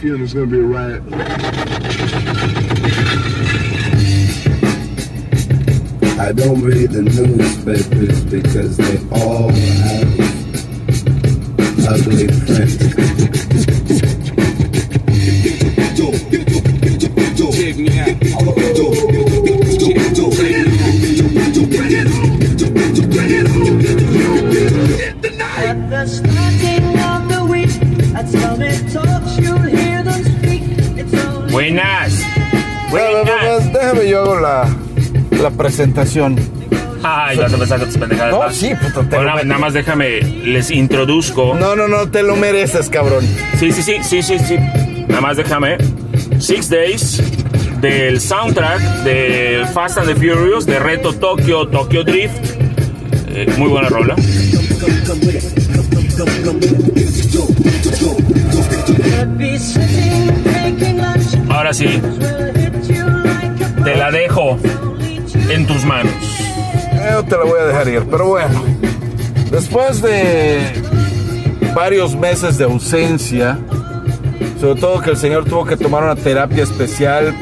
feeling it's gonna be a riot. I don't read the newspapers because they all have ugly print. Check me out. At the starting of the week, at Summit Talks, you'll hear them speak. It's only Buenas. No, no, no, Buenas. no, pues, déjame yo hago la, la presentación. Ay, vas a empezar con tus pendejadas. No, ¿va? sí, puto, te Ahora, lo- nada más déjame, les introduzco. No, no, no, te lo mereces, cabrón. Sí, sí, sí, sí, sí, sí. Nada más déjame. Six Days del soundtrack de Fast and the Furious, de Reto Tokio, Tokyo Drift. Eh, muy buena rola. could be sitting, making lunch. Ahora sí, We'll hit you like a te la dejo only two. en tus manos. Eh, Yo te la voy a dejar ir, pero bueno. Después de varios meses de ausencia, sobre todo que el señor tuvo que tomar una terapia especial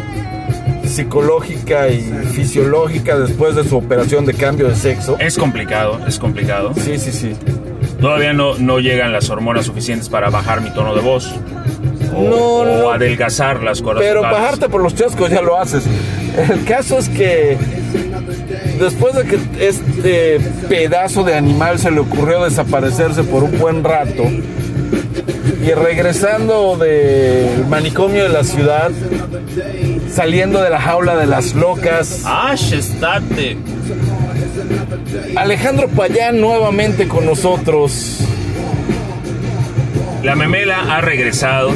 psicológica y fisiológica después de su operación de cambio de sexo. Es complicado, es complicado. Sí, sí, sí. Todavía no, no llegan las hormonas suficientes para bajar mi tono de voz. O, No, no, o no. adelgazar las cuerdas Pero vocales. bajarte por los chascos ya lo haces. El caso es que después de que este pedazo de animal se le ocurrió desaparecerse por un buen rato y regresando del manicomio de la ciudad, saliendo de la jaula de las locas, Ash, estate. Alejandro Payán nuevamente con nosotros. La memela ha regresado.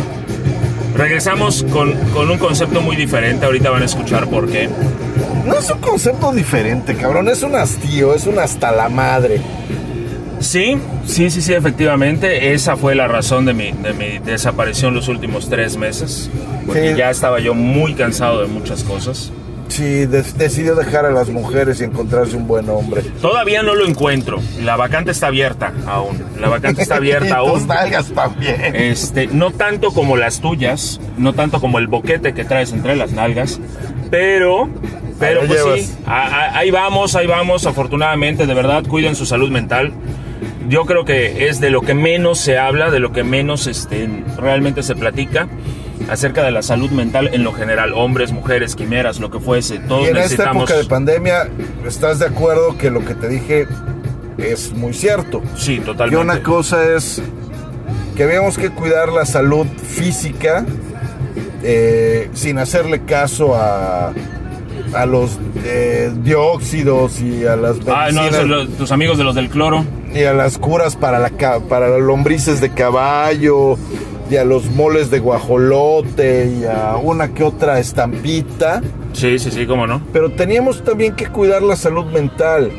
Regresamos con, con un concepto muy diferente. Ahorita van a escuchar por qué. No es un concepto diferente, cabrón, es un hastío, es un hasta la madre. Sí, sí, sí, sí, efectivamente. Esa fue la razón de mi, de mi desaparición los últimos tres meses. Porque Sí. ya estaba yo muy cansado de muchas cosas. Sí, des- decidió dejar a las mujeres y encontrarse un buen hombre. Todavía no lo encuentro. La vacante está abierta aún. La vacante está abierta Y tus aún. nalgas también. Este, no tanto como las tuyas, no tanto como el boquete que traes entre las nalgas, pero, pero Ahí pues sí, llevas. a- a- ahí vamos, ahí vamos, afortunadamente, de verdad, cuiden su salud mental. Yo creo que es de lo que menos se habla, de lo que menos este, realmente se platica acerca de la salud mental en lo general, hombres, mujeres, quimeras, lo que fuese, Y todos en esta necesitamos. época de pandemia, ¿estás de acuerdo que lo que te dije es muy cierto? sí, Y totalmente. una cosa es que habíamos que cuidar la salud física eh, sin hacerle caso a, a los eh, dióxidos y a las Ah, no, medicinas esos los- tus amigos de los del cloro. y a las curas para, la, ca- para las lombrices de caballo, y a los moles de guajolote, y a una que otra estampita. Sí, sí, sí, cómo no. Pero teníamos también que cuidar la salud mental.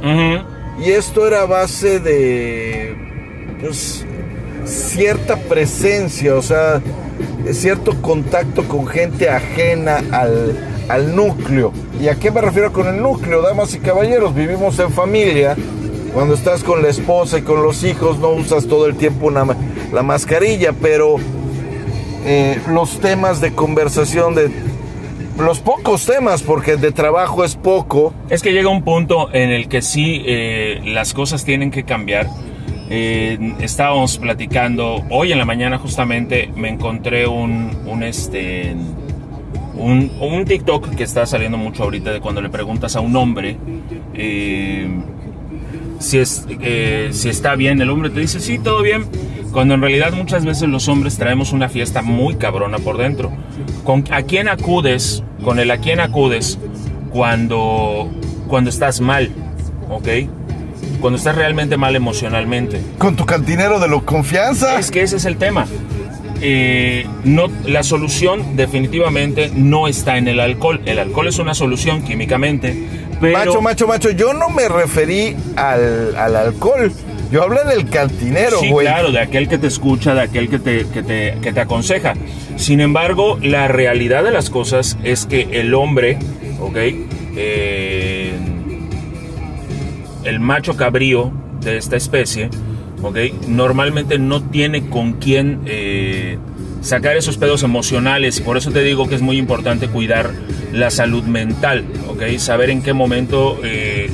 Ujú. Y esto era a base de pues, cierta presencia, o sea, cierto contacto con gente ajena al, al núcleo. ¿Y a qué me refiero con el núcleo? Damas y caballeros, vivimos en familia. Cuando estás con la esposa y con los hijos no usas todo el tiempo una ma- la mascarilla, pero eh, los temas de conversación, de los pocos temas, porque de trabajo es poco, Es que llega un punto en el que sí eh, las cosas tienen que cambiar. Eh, estábamos platicando hoy en la mañana justamente me encontré un, un este un, un TikTok que está saliendo mucho ahorita de cuando le preguntas a un hombre eh, si, es, eh, si está bien, el hombre te dice, sí, todo bien. Cuando en realidad muchas veces los hombres traemos una fiesta muy cabrona por dentro. ¿Con, ¿A quién acudes? Con el a quién acudes cuando, cuando estás mal, ¿ok? Cuando estás realmente mal emocionalmente. Con tu cantinero de lo confianza. Es que ese es el tema. Eh, no, la solución definitivamente no está en el alcohol. El alcohol es una solución químicamente, pero... Macho, macho, macho. Yo no me referí al, al alcohol. Yo hablo del cantinero, sí, güey. claro, de aquel que te escucha, de aquel que te, que, te, que te aconseja. Sin embargo, la realidad de las cosas es que el hombre, ¿ok? Eh, el macho cabrío de esta especie, ¿ok? Normalmente no tiene con quién eh, sacar esos pedos emocionales. Por eso te digo que es muy importante cuidar la salud mental, ¿ok? Saber en qué momento eh,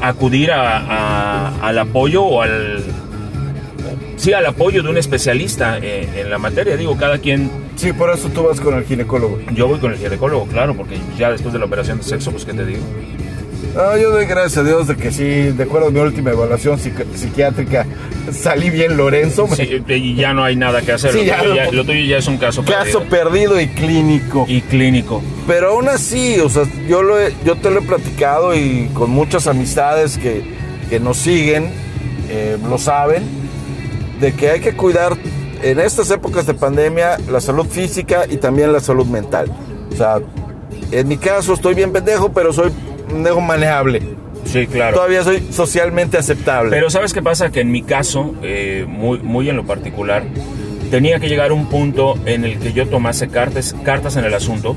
acudir a- a- al apoyo o al... Sí, al apoyo de un especialista eh, en la materia. Digo, cada quien... Sí, por eso tú vas con el ginecólogo. Yo voy con el ginecólogo, claro, porque ya después de la operación de sexo, pues, ¿qué te digo? No, yo doy gracias a Dios de que sí, de acuerdo a mi última evaluación psiqui- psiquiátrica, salí bien Lorenzo. me- Sí, y ya no hay nada que hacer. Sí, lo, ya tuyo lo- ya, lo tuyo ya es un caso, perdido. Caso perdido y clínico. y clínico. Pero aún así, o sea, yo, lo he- yo te lo he platicado y con muchas amistades que, que nos siguen, eh, lo saben, de que hay que cuidar en estas épocas de pandemia la salud física y también la salud mental. O sea, en mi caso estoy bien pendejo, pero soy pendejo manejable. Sí, claro. Todavía soy socialmente aceptable. Pero ¿sabes qué pasa? Que en mi caso, eh, muy, muy en lo particular, tenía que llegar a un punto en el que yo tomase cartas, cartas en el asunto,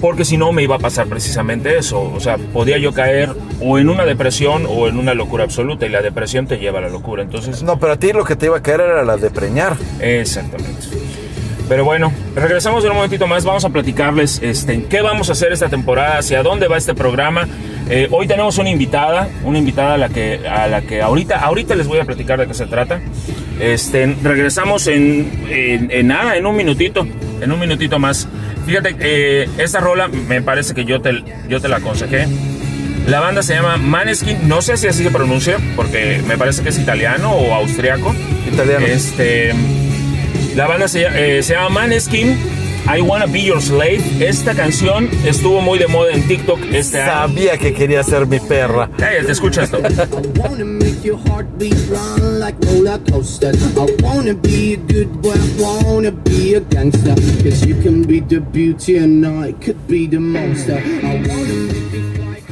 porque si no me iba a pasar precisamente eso. O sea, podía yo caer o en una depresión o en una locura absoluta, y la depresión te lleva a la locura. Entonces, No, pero a ti lo que te iba a caer era la de preñar. exactamente. Pero bueno, regresamos en un momentito más, vamos a platicarles este, en qué vamos a hacer esta temporada, hacia dónde va este programa. Eh, hoy tenemos una invitada, una invitada a la que, a la que ahorita, ahorita les voy a platicar de qué se trata. Este, regresamos en, en- en nada, en un minutito, en un minutito más. Fíjate, eh, esta rola me parece que yo te, yo te la aconsejé. La banda se llama Maneskin, no sé si así se pronuncia, porque me parece que es italiano o austriaco. Italiano. Este, la banda se, eh, se llama Maneskin. I Wanna Be Your Slave. Esta canción estuvo muy de moda en TikTok este año. Sabía que quería ser mi perra. Cállate, escucha esto. I wanna make your heartbeat run like roller coasters. I wanna be a good boy, I wanna be a gangster. Cause you can be the beauty and I could be the monster. I wanna make it like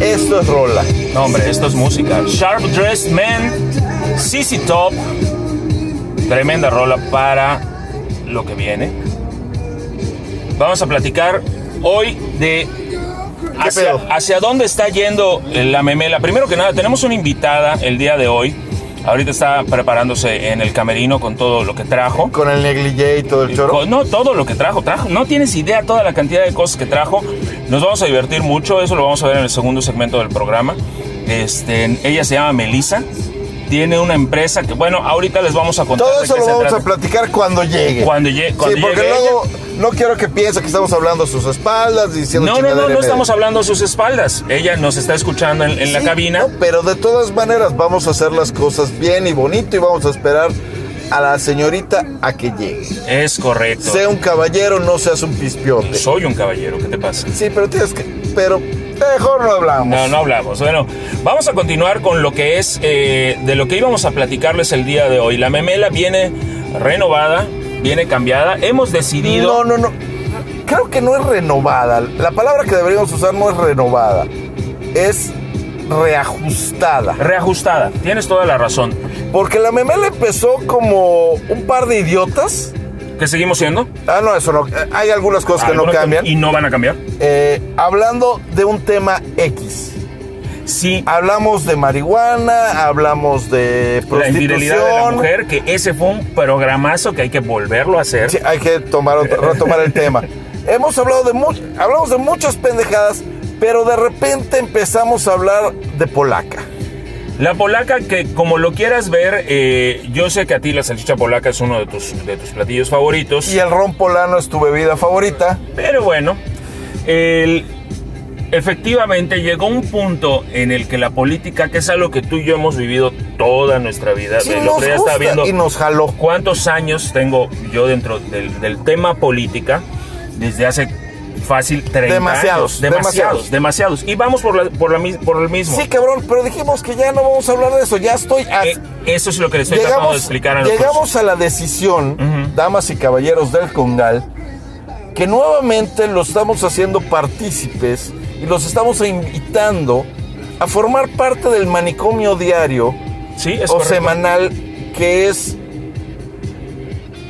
Esto es rola. No, hombre, esto es música. Sharp Dressed Man, CC Top. Tremenda rola para lo que viene. Vamos a platicar hoy de hacia, pedo? hacia dónde está yendo eh, la memela. Primero que nada, tenemos una invitada el día de hoy. Ahorita está preparándose en el camerino con todo lo que trajo. Con el negligé y todo el choro. Con- Pues No, todo lo que trajo, trajo. No tienes idea toda la cantidad de cosas que trajo. Nos vamos a divertir mucho, eso lo vamos a ver en el segundo segmento del programa. Este, ella se llama Melissa, tiene una empresa que, bueno, ahorita les vamos a contar. Todo de eso qué lo se vamos trata. a platicar cuando llegue. Cuando llegue- cuando sí, porque llegue luego no quiero que piense que estamos hablando a sus espaldas diciendo No, no, no, chingadera no y media. estamos hablando a sus espaldas. Ella nos está escuchando en, en la Sí, cabina. no, pero de todas maneras vamos a hacer las cosas bien y bonito y vamos a esperar a la señorita a que llegue. Es correcto. Sea un caballero, no seas un pispiote. Soy un caballero, ¿qué te pasa? Sí, pero tienes que. Pero mejor no hablamos. No, no hablamos. Bueno, vamos a continuar con lo que es eh, de lo que íbamos a platicarles el día de hoy. La memela viene renovada, viene cambiada. Hemos decidido. No, no, no. Creo que no es renovada. La palabra que deberíamos usar no es renovada. Es reajustada. Reajustada, tienes toda la razón. Porque la memela empezó como un par de idiotas. ¿Qué seguimos siendo? Ah, no, eso no. Eh, Hay algunas cosas que no Algunos cambian. Y no van a cambiar. Eh, hablando de un tema X. Sí, Hablamos de marihuana, hablamos de la prostitución. infidelidad de la mujer, que ese fue un programazo que hay que volverlo a hacer. Sí, hay que tomar otro- retomar el tema. Hemos hablado de much- hablamos de muchas pendejadas, pero de repente empezamos a hablar de polaca. La polaca, que como lo quieras ver, eh, yo sé que a ti la salchicha polaca es uno de tus, de tus platillos favoritos. Y el ron polano es tu bebida favorita. Pero bueno, el- efectivamente llegó un punto en el que la política, que es algo que tú y yo hemos vivido toda nuestra vida, Sí, el nos otro día estaba gusta viendo y nos jaló. cuántos años tengo yo dentro del, del tema política, desde hace fácil 30 Demasiados, años. Demasiados, demasiados. Y vamos por, la- por, la mis- por el mismo. Sí, cabrón, pero dijimos que ya no vamos a hablar de eso. Ya estoy. a- Eh, eso es lo que les estoy tratando de llegamos explicar a los llegamos a la decisión, Ujú. damas y caballeros del Congal, que nuevamente los estamos haciendo partícipes y los estamos invitando a formar parte del manicomio diario Sí, es o correcto. semanal que es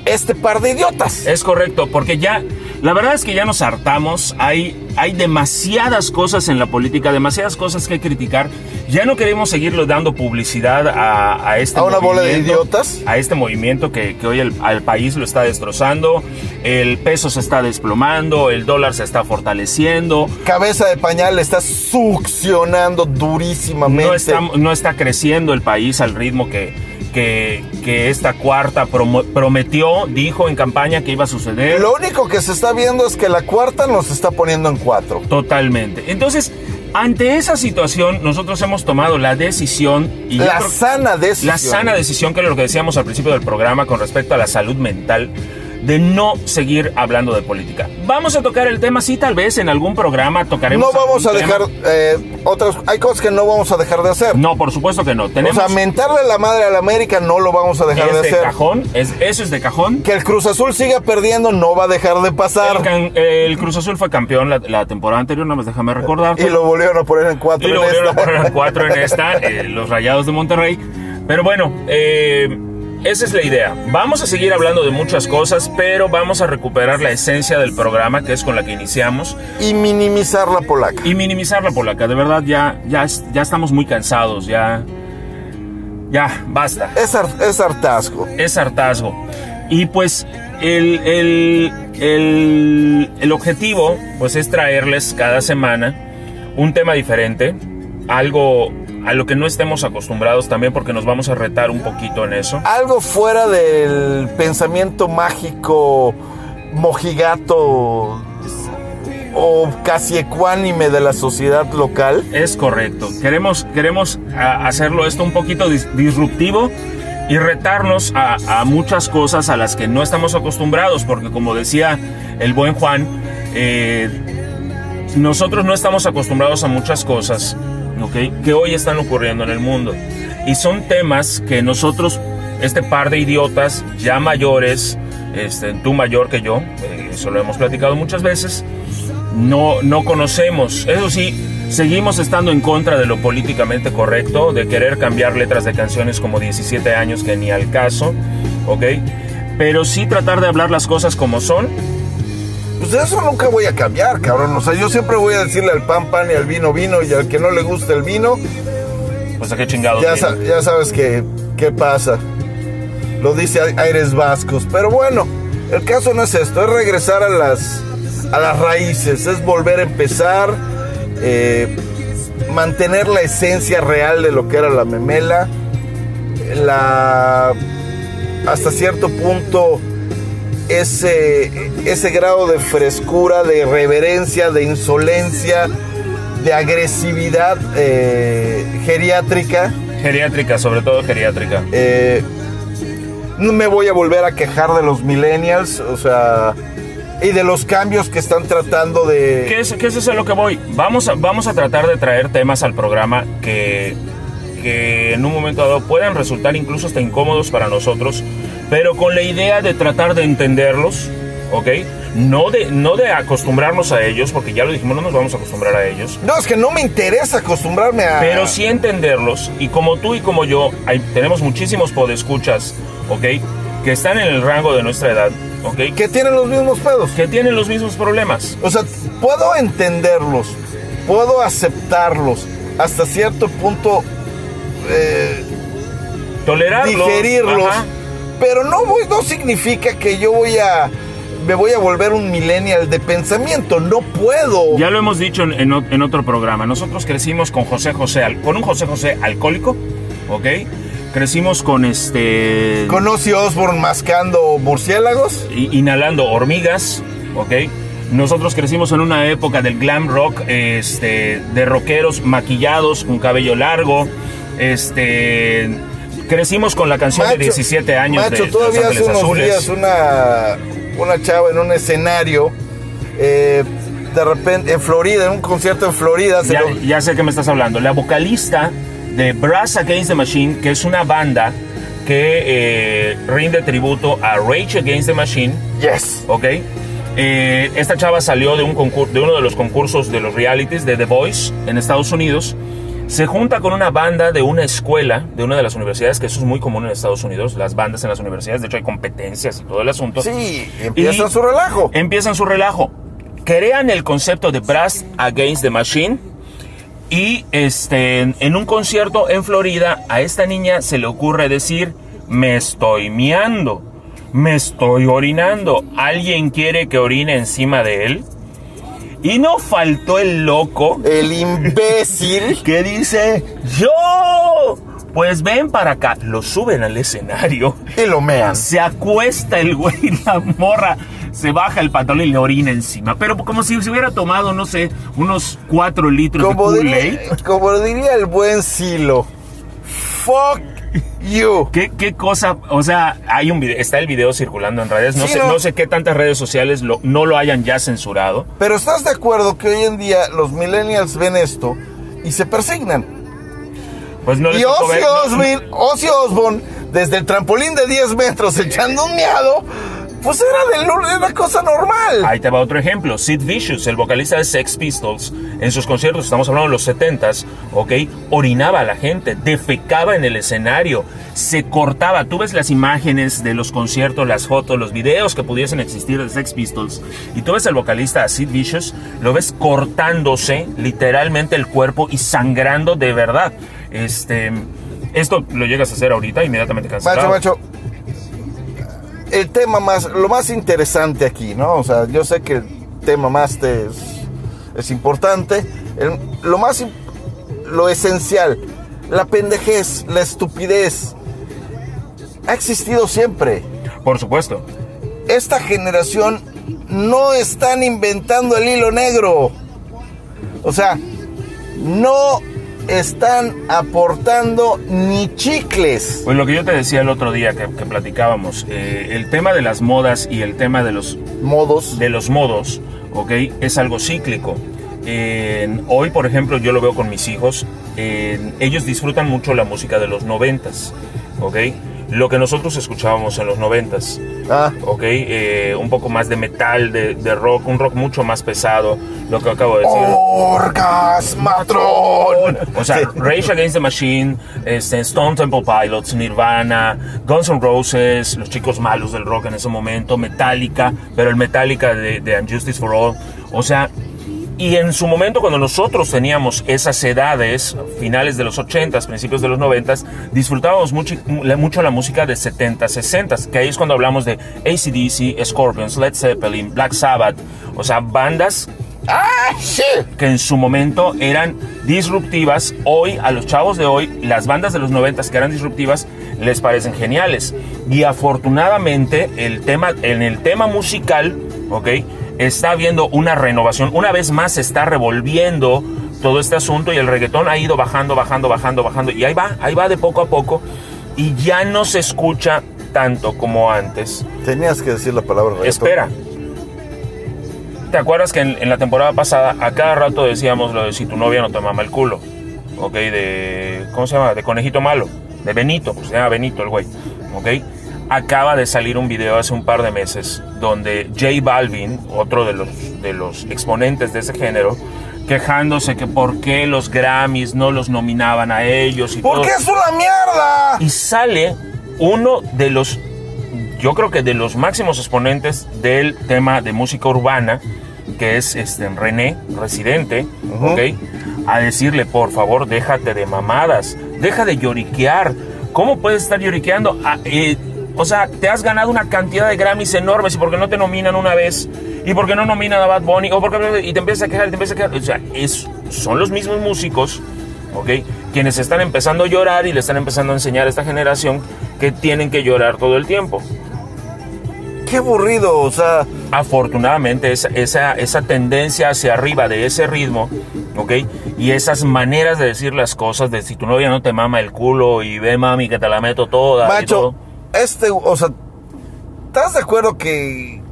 este par de idiotas. Es correcto, porque ya, la verdad es que ya nos hartamos, hay, hay demasiadas cosas en la política, demasiadas cosas que criticar, ya no queremos seguirle dando publicidad a, a este ¿A una bola de movimiento, idiotas? A este movimiento que, que hoy el- al país lo está destrozando, el peso se está desplomando, el dólar se está fortaleciendo, Cabeza de pañal está succionando durísimamente. no está, no está creciendo el país al ritmo que, que, que esta cuarta promo- prometió, dijo en campaña que iba a suceder. Lo único que se está viendo es que la cuarta nos está poniendo en cuatro. Totalmente. Entonces, ante esa situación, nosotros hemos tomado la decisión y yo La creo- sana decisión. la sana decisión, que es lo que decíamos al principio del programa con respecto a la salud mental, de no seguir hablando de política. Vamos a tocar el tema, sí, tal vez en algún programa tocaremos. No vamos a algún tema. dejar eh, otras. Hay cosas que no vamos a dejar de hacer. No, por supuesto que no. o Tenemos. sea, mentarle la madre a la América no lo vamos a dejar es de de hacer. cajón, es, eso es de cajón. Que el Cruz Azul siga perdiendo no va a dejar de El, pasar. can- el Cruz Azul fue campeón la, la temporada anterior, nada más déjame recordar. Y lo volvieron a poner en cuatro. Y lo en volvieron a esta. poner a cuatro en esta, eh, los rayados de Monterrey. Pero bueno, eh, esa es la idea. Vamos a seguir hablando de muchas cosas, pero vamos a recuperar la esencia del programa, que es con la que iniciamos, y minimizar la polaca. y minimizarla por la que de verdad ya, ya, es- ya estamos muy cansados, ya, ya, basta. Es, har- es hartazgo. Es hartazgo. Y pues el, el, el, el objetivo pues es traerles cada semana un tema diferente, algo a lo que no estemos acostumbrados también porque nos vamos a retar un poquito en eso. Algo fuera del pensamiento mágico, mojigato o casi ecuánime de la sociedad local. Es correcto. Queremos, queremos a- hacerlo esto un poquito dis- disruptivo y retarnos a, a muchas cosas a las que no estamos acostumbrados, porque como decía el buen Juan, eh, nosotros no estamos acostumbrados a muchas cosas ¿ok? que hoy están ocurriendo en el mundo. Y son temas que nosotros, este par de idiotas ya mayores, este, tú mayor que yo, eh, eso lo hemos platicado muchas veces, no, no conocemos. Eso sí, seguimos estando en contra de lo políticamente correcto, de querer cambiar letras de canciones como 17 años, que ni al caso, ¿ok? Pero sí tratar de hablar las cosas como son. Pues de eso nunca voy a cambiar, cabrón. O sea, yo siempre voy a decirle al pan, pan y al vino, vino. Y al que no le gusta el vino, Pues a qué chingados. ya, viene? sa- ya sabes que, qué pasa. Lo dice a- Aires Vascos. Pero bueno, el caso no es esto. Es regresar a las, a las raíces. Es volver a empezar. eh, mantener la esencia real de lo que era la memela. La... Hasta cierto punto ese, ese grado de frescura, de reverencia, de insolencia, de agresividad eh, geriátrica. Geriátrica, sobre todo geriátrica. Eh, no me voy a volver a quejar de los millennials, o sea, y de los cambios que están tratando de... ¿Qué es, qué es eso a lo que voy? Vamos a, vamos a tratar de traer temas al programa que, que en un momento dado puedan resultar incluso hasta incómodos para nosotros, pero con la idea de tratar de entenderlos, ¿ok? No de, no de acostumbrarnos a ellos, porque ya lo dijimos, no nos vamos a acostumbrar a ellos. No, es que no me interesa acostumbrarme a... Pero sí entenderlos, y como tú y como yo, hay- tenemos muchísimos podescuchas, ¿ok? Que están en el rango de nuestra edad, ¿ok? Que, Que tienen los mismos pedos. que tienen los mismos problemas. O sea, puedo entenderlos, puedo aceptarlos, hasta cierto punto eh, Tolerarlos. digerirlos, ajá. pero no voy, no significa que yo voy a me voy a volver un millennial de pensamiento, no puedo. Ya lo hemos dicho en, en o- en otro programa. Nosotros crecimos con José José, al- con un José José alcohólico, ¿ok? Crecimos con este. Conocí a Osborne mascando murciélagos. i- inhalando hormigas, ¿ok? Nosotros crecimos en una época del glam rock, este, de rockeros maquillados, con cabello largo, este. Crecimos con la canción de 17 años Macho, de Los todavía hace Ángeles unos Azules. días una, una chava en un escenario eh, de repente en Florida, en un concierto en Florida, se Ya, lo- ya sé que me estás hablando. La vocalista de Brass Against the Machine, que es una banda que eh, rinde tributo a Rage Against the Machine, Yes. ¿ok? Eh, esta chava salió de, un concur- de uno de los concursos de los realities de The Voice en Estados Unidos. Se junta con una banda de una escuela, de una de las universidades, que eso es muy común en Estados Unidos, las bandas en las universidades, de hecho hay competencias y todo el asunto. Sí, Y- empieza su relajo. Empiezan su relajo. Crean el concepto de Brass Against the Machine. Y este, en un concierto en Florida, a esta niña se le ocurre decir: Me estoy miando, me estoy orinando. ¿Alguien quiere que orine encima de él? Y no faltó el loco El imbécil. que dice: ¡Yo! Pues ven para acá. Lo suben al escenario. Y lo mean. Se acuesta el güey, la morra se baja el pantalón y le orina encima. Pero como si se hubiera tomado, no sé, unos cuatro litros Como de diría, Kool-Aid. como diría el buen Silo. Fuck you. ¿Qué, qué cosa, o sea, hay un video, está el video circulando en redes, no, Sí, sé, no. no sé qué tantas redes sociales lo- no lo hayan ya censurado. Pero estás de acuerdo que hoy en día los millennials ven esto y se persignan. Pues no les y tocó ver- Ozzy no- Osbourne, Ozzy Osbourne, desde el trampolín de 10 metros echando un miado, pues era de lo- era cosa normal. Ahí te va otro ejemplo. Sid Vicious, el vocalista de Sex Pistols, en sus conciertos, estamos hablando de los 70s, ¿ok? Orinaba a la gente, defecaba en el escenario, se cortaba. Tú ves las imágenes de los conciertos, las fotos, los videos que pudiesen existir de Sex Pistols, y tú ves al vocalista a Sid Vicious, lo ves cortándose literalmente el cuerpo y sangrando de verdad. Este. Esto lo llegas a hacer ahorita, inmediatamente Macho, cancelado. macho. El tema más, lo más interesante aquí, ¿no? O sea, yo sé que el tema más te es, es importante. El- lo más, im- lo esencial, la pendejez, la estupidez, ha existido siempre. Por supuesto. Esta generación no están inventando el hilo negro. O sea, no están aportando ni chicles. Pues lo que yo te decía el otro día que, que platicábamos, eh, el tema de las modas y el tema de los, Modos. de los modos, ¿ok? Es algo cíclico. En- hoy, por ejemplo, yo lo veo con mis hijos, en- ellos disfrutan mucho la música de los noventas, ¿ok? Lo que nosotros escuchábamos en los noventas, Ah. ¿ok? Eh, un poco más de metal, de, de rock, un rock mucho más pesado, lo que acabo de decir. Orgasmatron. O sea, Sí. Rage Against the Machine, este, Stone Temple Pilots, Nirvana, Guns N' Roses, los chicos malos del rock en ese momento, Metallica, pero el Metallica de, de Unjustice for All. O sea, y en su momento cuando nosotros teníamos esas edades, finales de los 80s, principios de los 90s, disfrutábamos mucho, la- mucho la música de 70s, 60s, que ahí es cuando hablamos de ACDC, Scorpions, Led Zeppelin, Black Sabbath, o sea, bandas ¡Ah, shit! que en su momento eran disruptivas, hoy a los chavos de hoy, las bandas de los 90 que eran disruptivas, les parecen geniales. Y afortunadamente el tema, en el tema musical, ¿ok? Está habiendo una renovación. Una vez más se está revolviendo todo este asunto y el reggaetón ha ido bajando, bajando, bajando, bajando. Y ahí va, ahí va de poco a poco. Y ya no se escucha tanto como antes. Tenías que decir la palabra reggaetón. Espera. ¿Te acuerdas que en, en la temporada pasada a cada rato decíamos lo de si tu novia no te mama el culo? Ok, de. ¿Cómo se llama? De Conejito Malo. De Benito, pues se llama Benito el güey. Ok. Acaba de salir un video hace un par de meses donde J Balvin, otro de los, de los exponentes de ese género, quejándose que por qué los Grammys no los nominaban a ellos y todo ¡Porque es una mierda! y sale uno de los, yo creo que de los máximos exponentes del tema de música urbana, que es este René, residente, Ujú. ¿ok? A decirle, por favor, déjate de mamadas, deja de lloriquear. ¿Cómo puedes estar lloriqueando? Ah, eh, o sea, te has ganado una cantidad de Grammys enormes y porque no te nominan una vez y porque no nominan a Bad Bunny o porque y te empiezas a quejar, y te empiezas a quejar. O sea, es, son los mismos músicos ¿ok? Quienes están empezando a llorar y le están empezando a enseñar a esta generación que tienen que llorar todo el tiempo. ¡Qué aburrido! O sea, Afortunadamente, esa, esa, esa tendencia hacia arriba de ese ritmo, ¿ok? Y esas maneras de decir las cosas, de si tu novia no te mama el culo y ve mami que te la meto toda. y macho, todo. este, o sea, ¿estás de acuerdo que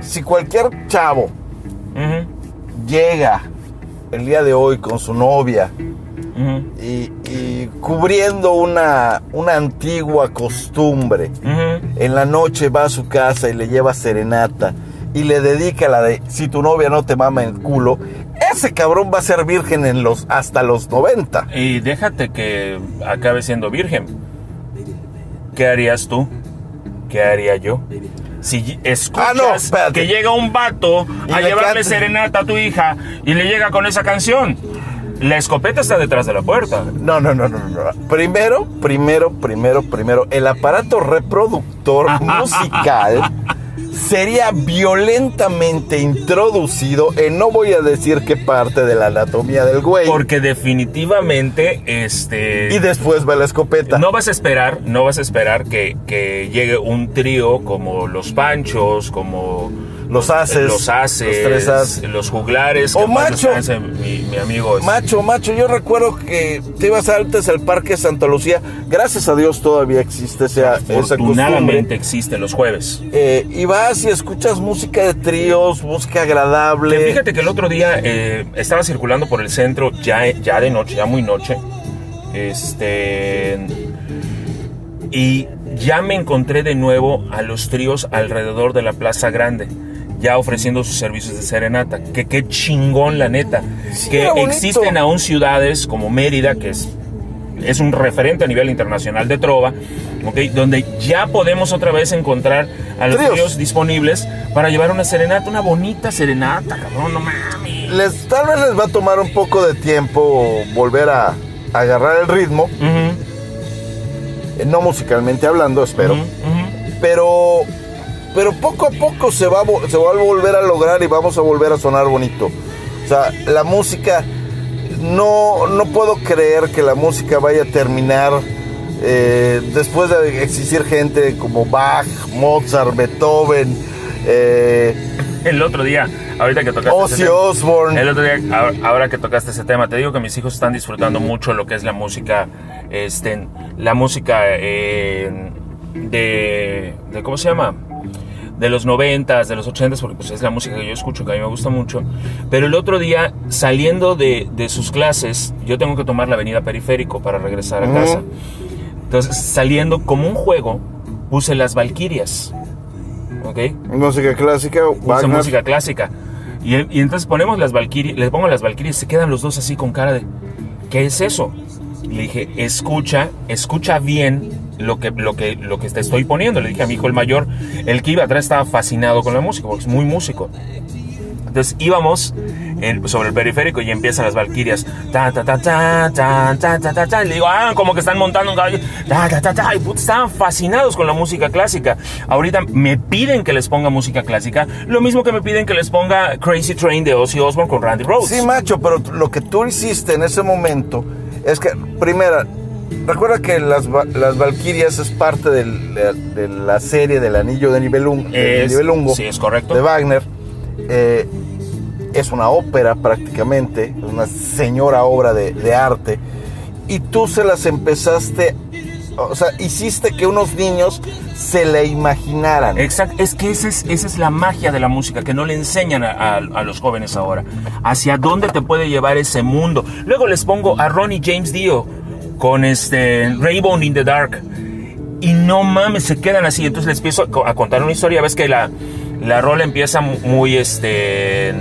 si cualquier chavo Ujú. llega el día de hoy con su novia Ujú, y, y cubriendo una, una antigua costumbre, ujú. en la noche va a su casa y le lleva serenata y le dedica la de si tu novia no te mama el culo, ese cabrón va a ser virgen en los, hasta los 90. Y déjate que acabe siendo virgen. ¿Qué harías tú? ¿Qué haría yo? Si escuchas Ah, no, espérate. que llega un vato Y a le llevarle canta. serenata a tu hija y le llega con esa canción, la escopeta está detrás de la puerta. No, no, no, no, no. no. Primero, primero, primero, primero, el aparato reproductor musical sería violentamente introducido en no voy a decir qué parte de la anatomía del güey. Porque definitivamente, este... Y después va la escopeta. No vas a esperar, no vas a esperar que, que llegue un trío como los Panchos, como Los haces. los Haces, Los tres haces. los juglares, O que en paz Macho. descanse mi, mi amigo. este, Macho, macho, yo recuerdo que te ibas antes al Parque Santa Lucía. Gracias a Dios todavía existe esa, esa Afortunadamente costumbre. existe los jueves. Eh, y vas y escuchas música de tríos, música agradable. Que fíjate que el otro día eh, estaba circulando por el centro ya, ya de noche, ya muy noche. Este. Y ya me encontré de nuevo a los tríos alrededor de la Plaza Grande. Ya ofreciendo sus servicios de serenata. Que qué chingón, la neta. que era bonito. existen aún ciudades como Mérida, que es es un referente a nivel internacional de trova, ¿ok? donde ya podemos otra vez encontrar a los Tríos. tríos disponibles para llevar una serenata, una bonita serenata, cabrón, no mames. Les, tal vez les va a tomar un poco de tiempo volver a, a agarrar el ritmo, Ujú, eh, no musicalmente hablando, espero. ujú, ujú. Pero, pero poco a poco se va, a vo- se va a volver a lograr y vamos a volver a sonar bonito. O sea, la música, no, no puedo creer que la música vaya a terminar eh, después de existir gente como Bach, Mozart, Beethoven, eh, El otro día, ahorita que tocaste ese Ozzy tema, Osbourne. el otro día, ahora- ahora que tocaste ese tema, te digo que mis hijos están disfrutando mucho lo que es la música, este, la música eh, de, de, ¿cómo se llama? de los 90 de los 80 porque pues es la música que yo escucho, que a mí me gusta mucho. Pero el otro día, saliendo de, de sus clases, yo tengo que tomar la avenida Periférico para regresar a Ujú. casa. Entonces, saliendo como un juego, puse las Valquirias, ¿ok? música clásica, Puse Wagner. música clásica. Y, el- y entonces ponemos las Valquirias, les pongo las Valquirias, se quedan los dos así con cara de, ¿qué es eso? Y Le dije, escucha, escucha bien lo que, lo, que, lo que te estoy poniendo. Le dije a mi hijo el mayor, el que iba atrás estaba fascinado con la música, porque es muy músico. Entonces íbamos en- sobre el periférico y empiezan las valquirias. Ta, ta, ta, ta, ta, ta, ta, ta, ta. Y le digo, ah, como que están montando un caballo. Ta, ta, ta, ta. Y putz, estaban fascinados con la música clásica. Ahorita me piden que les ponga música clásica. Lo mismo que me piden que les ponga Crazy Train de Ozzy Osbourne con Randy Rhoads. Sí, macho, pero lo que tú hiciste en ese momento es que, primera, recuerda que las, va- las Valquirias es parte del- de, de la serie del Anillo de Nibelung- de Es- Nibelungo. sí, es correcto. De Wagner. Eh, es una ópera prácticamente, es una señora obra de, de arte. Y tú se las empezaste, o sea, hiciste que unos niños se la imaginaran. Exacto, es que esa es, esa es la magia de la música que no le enseñan a, a- a los jóvenes ahora. Hacia dónde te puede llevar ese mundo. Luego les pongo a Ronnie James Dio con este Rainbow in the Dark. Y no mames, se quedan así. Entonces les empiezo a co- a contar una historia. Ves que la, la rola empieza mu- muy este.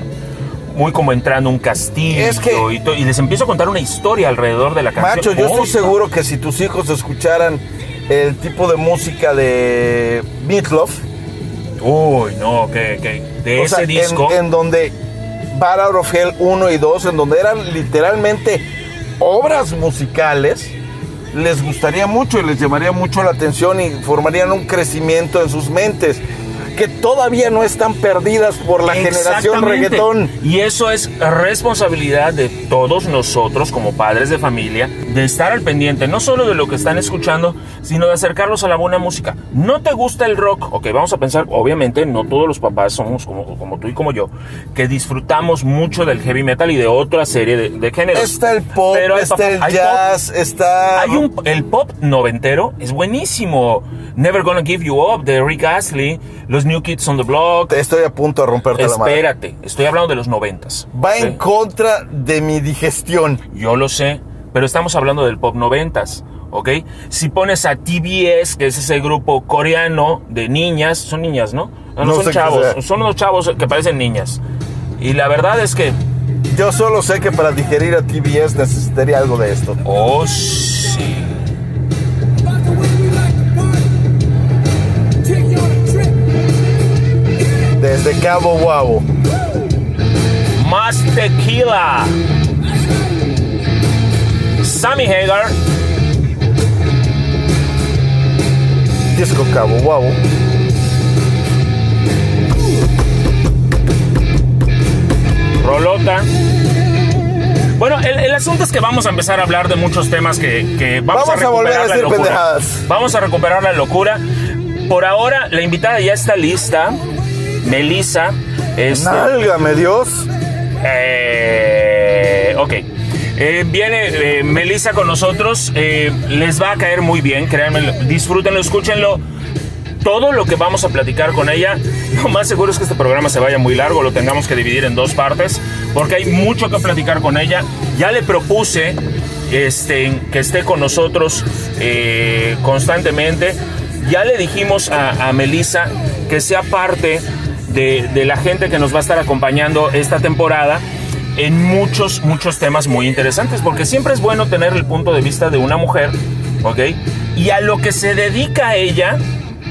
Muy como entrando a un castillo Es que- y, to- y les empiezo a contar una historia alrededor de la Macho, canción. yo estoy Oye, seguro que si tus hijos escucharan el tipo de música de Meatloaf, Uy, no, que, que de o ese sea, en- disco. En, donde Bar Out of Hell 1 y 2, en donde eran literalmente obras musicales, les gustaría mucho y les llamaría mucho la atención y formarían un crecimiento en sus mentes que todavía no están perdidas por la generación Exactamente. reggaetón. Y eso es responsabilidad de todos nosotros como padres de familia de estar al pendiente, no solo de lo que están escuchando, sino de acercarlos a la buena música. ¿No te gusta el rock? Ok, vamos a pensar, obviamente no todos los papás somos como, como tú y como yo, que disfrutamos mucho del heavy metal y de otra serie de, de géneros. Está el pop, Pero hay papá- está el hay pop, jazz, está... hay un, el pop noventero es buenísimo. Never Gonna Give You Up de Rick Astley. Los es New Kids on the Block. Te estoy a punto de romperte la madre. Espérate, estoy hablando de los noventas. Va ¿ok? en contra de mi digestión. Yo lo sé, pero estamos hablando del pop noventas, ¿ok? Si pones a TBS, que es ese grupo coreano de niñas, son niñas, ¿no? No, no No sé son qué chavos, sea. son unos chavos que parecen niñas. Y la verdad es que, Yo solo sé que para digerir a TBS necesitaría algo de esto. oh sí, Desde Cabo Guabo. más tequila. Sammy Hagar, Disco Cabo Guabo. Rolota. Bueno, el, el asunto es que vamos a empezar a hablar de muchos temas que, que vamos, Vamos a volver recuperar a la decir locura. pendejadas. Vamos a recuperar la locura. Por ahora, la invitada ya está lista. Melissa. Este, Nálgame Dios. eh, ok. Eh, viene eh, Melissa con nosotros. Eh, les va a caer muy bien, créanme. Disfrútenlo, escúchenlo. Todo lo que vamos a platicar con ella, lo más seguro es que este programa se vaya muy largo, lo tengamos que dividir en dos partes, porque hay mucho que platicar con ella. Ya le propuse este, que esté con nosotros eh, constantemente. Ya le dijimos a, a Melissa que sea parte de, de la gente que nos va a estar acompañando esta temporada en muchos, muchos temas muy interesantes, porque siempre es bueno tener el punto de vista de una mujer, ¿ok? Y a lo que se dedica ella,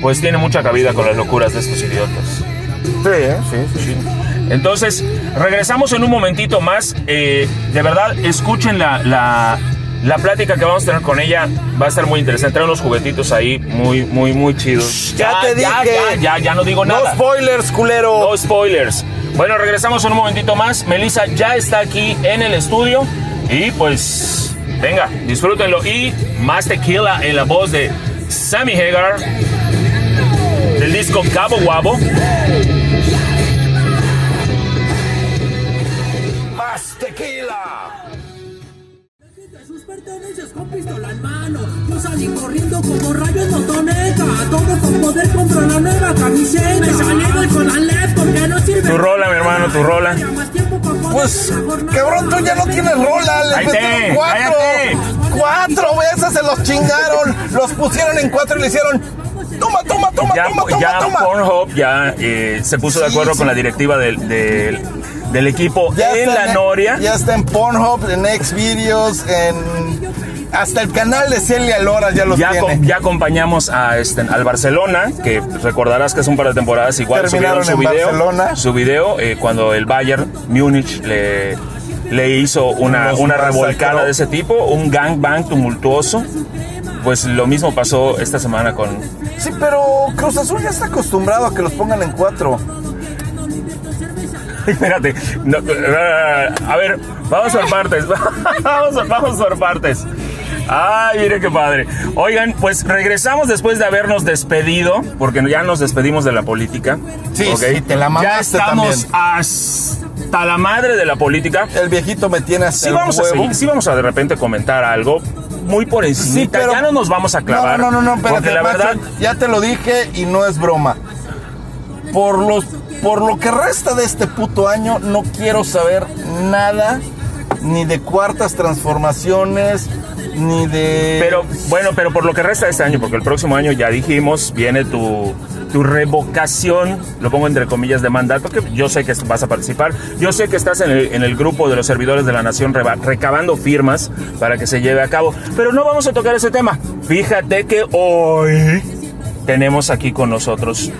pues tiene mucha cabida con las locuras de estos idiotas. Sí, ¿eh? sí, sí. Entonces, regresamos en un momentito más. Eh, de verdad, escuchen la, la, la plática que vamos a tener con ella. Va a estar muy interesante. Trae unos juguetitos ahí muy, muy, muy chidos. Ah, Ya te Ya, dije. ya, ya, ya no digo No nada. spoilers, culero. No spoilers. Bueno, regresamos en un momentito más. Melissa ya está aquí en el estudio. Y pues, venga, disfrútenlo. Y más tequila en la voz de Sammy Hagar del disco Cabo Guabo. Más tequila. De sus pertenencias con pistola en mano Yo salí corriendo como rayos motoneta Todo con poder compro la nueva camiseta Me salí con la led porque no sirve Tu rola, mi hermano, tu rola. Pues, cabrón, tú ya no tienes rola. Les Ahí metieron te, cuatro. cállate. Cuatro veces se los chingaron. Los pusieron en cuatro y le hicieron. Toma, toma, toma, Ya, toma, toma, ya toma. Pornhub ya eh, se puso de Sí, acuerdo sí. con la directiva del, del, del equipo Ya en está E- la Noria. Ya está en Pornhub, en Xvideos, en. Hasta el canal de Celia Lora ya los Ya, tiene. acom- ya acompañamos a este, al Barcelona, que recordarás que hace un par de temporadas igual subieron Terminaron su en video. Barcelona. Su video eh, cuando el Bayern Múnich le, le hizo una, Nos una masacró. revolcada de ese tipo, un gangbang tumultuoso. Pues lo mismo pasó esta semana con. Sí, pero Cruz Azul ya está acostumbrado a que los pongan en cuatro. Espérate. no, eh, a ver, vamos por partes. Vamos, vamos por partes. Ay, mire qué padre. Oigan, pues regresamos después de habernos despedido, porque ya nos despedimos de la política. Sí, ¿ok? sí, te la Ya mamaste estamos también. hasta la madre de la política. El viejito me tiene hasta Sí el vamos, a huevo. seguir, sí vamos a de repente comentar algo muy por encima. Sí, pero- Ya no nos vamos a clavar. No, no, no, no, espérate, Porque la Max, verdad, ya te lo dije y no es broma. Por los por lo que resta de este puto año no quiero saber nada ni de cuartas transformaciones ni de Pero bueno, pero por lo que resta de este año, porque el próximo año ya dijimos, viene tu, tu revocación, lo pongo entre comillas, de mandato, que yo sé que vas a participar, yo sé que estás en el, en el grupo de los servidores de la Nación reba- recabando firmas para que se lleve a cabo, pero no vamos a tocar ese tema. Fíjate que hoy tenemos aquí con nosotros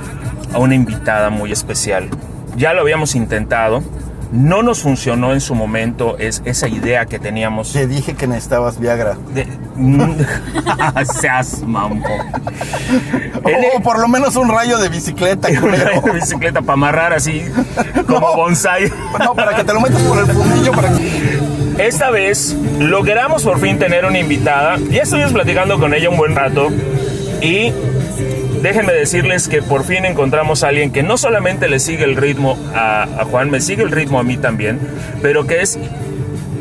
a una invitada muy especial. Ya lo habíamos intentado, no nos funcionó en su momento es, esa idea que teníamos te dije que necesitabas Viagra. de- Mm. Seas mambo. Él O por lo menos un rayo de bicicleta, es un rayo de culero. bicicleta para amarrar así como No. bonsai. No, para que te lo metas por el fundillo para que- Esta vez logramos por fin tener una invitada. Ya estuvimos platicando con ella un buen rato. Y déjenme decirles que por fin encontramos a alguien que no solamente le sigue el ritmo a, a Juan, me sigue el ritmo a mí también, pero que es,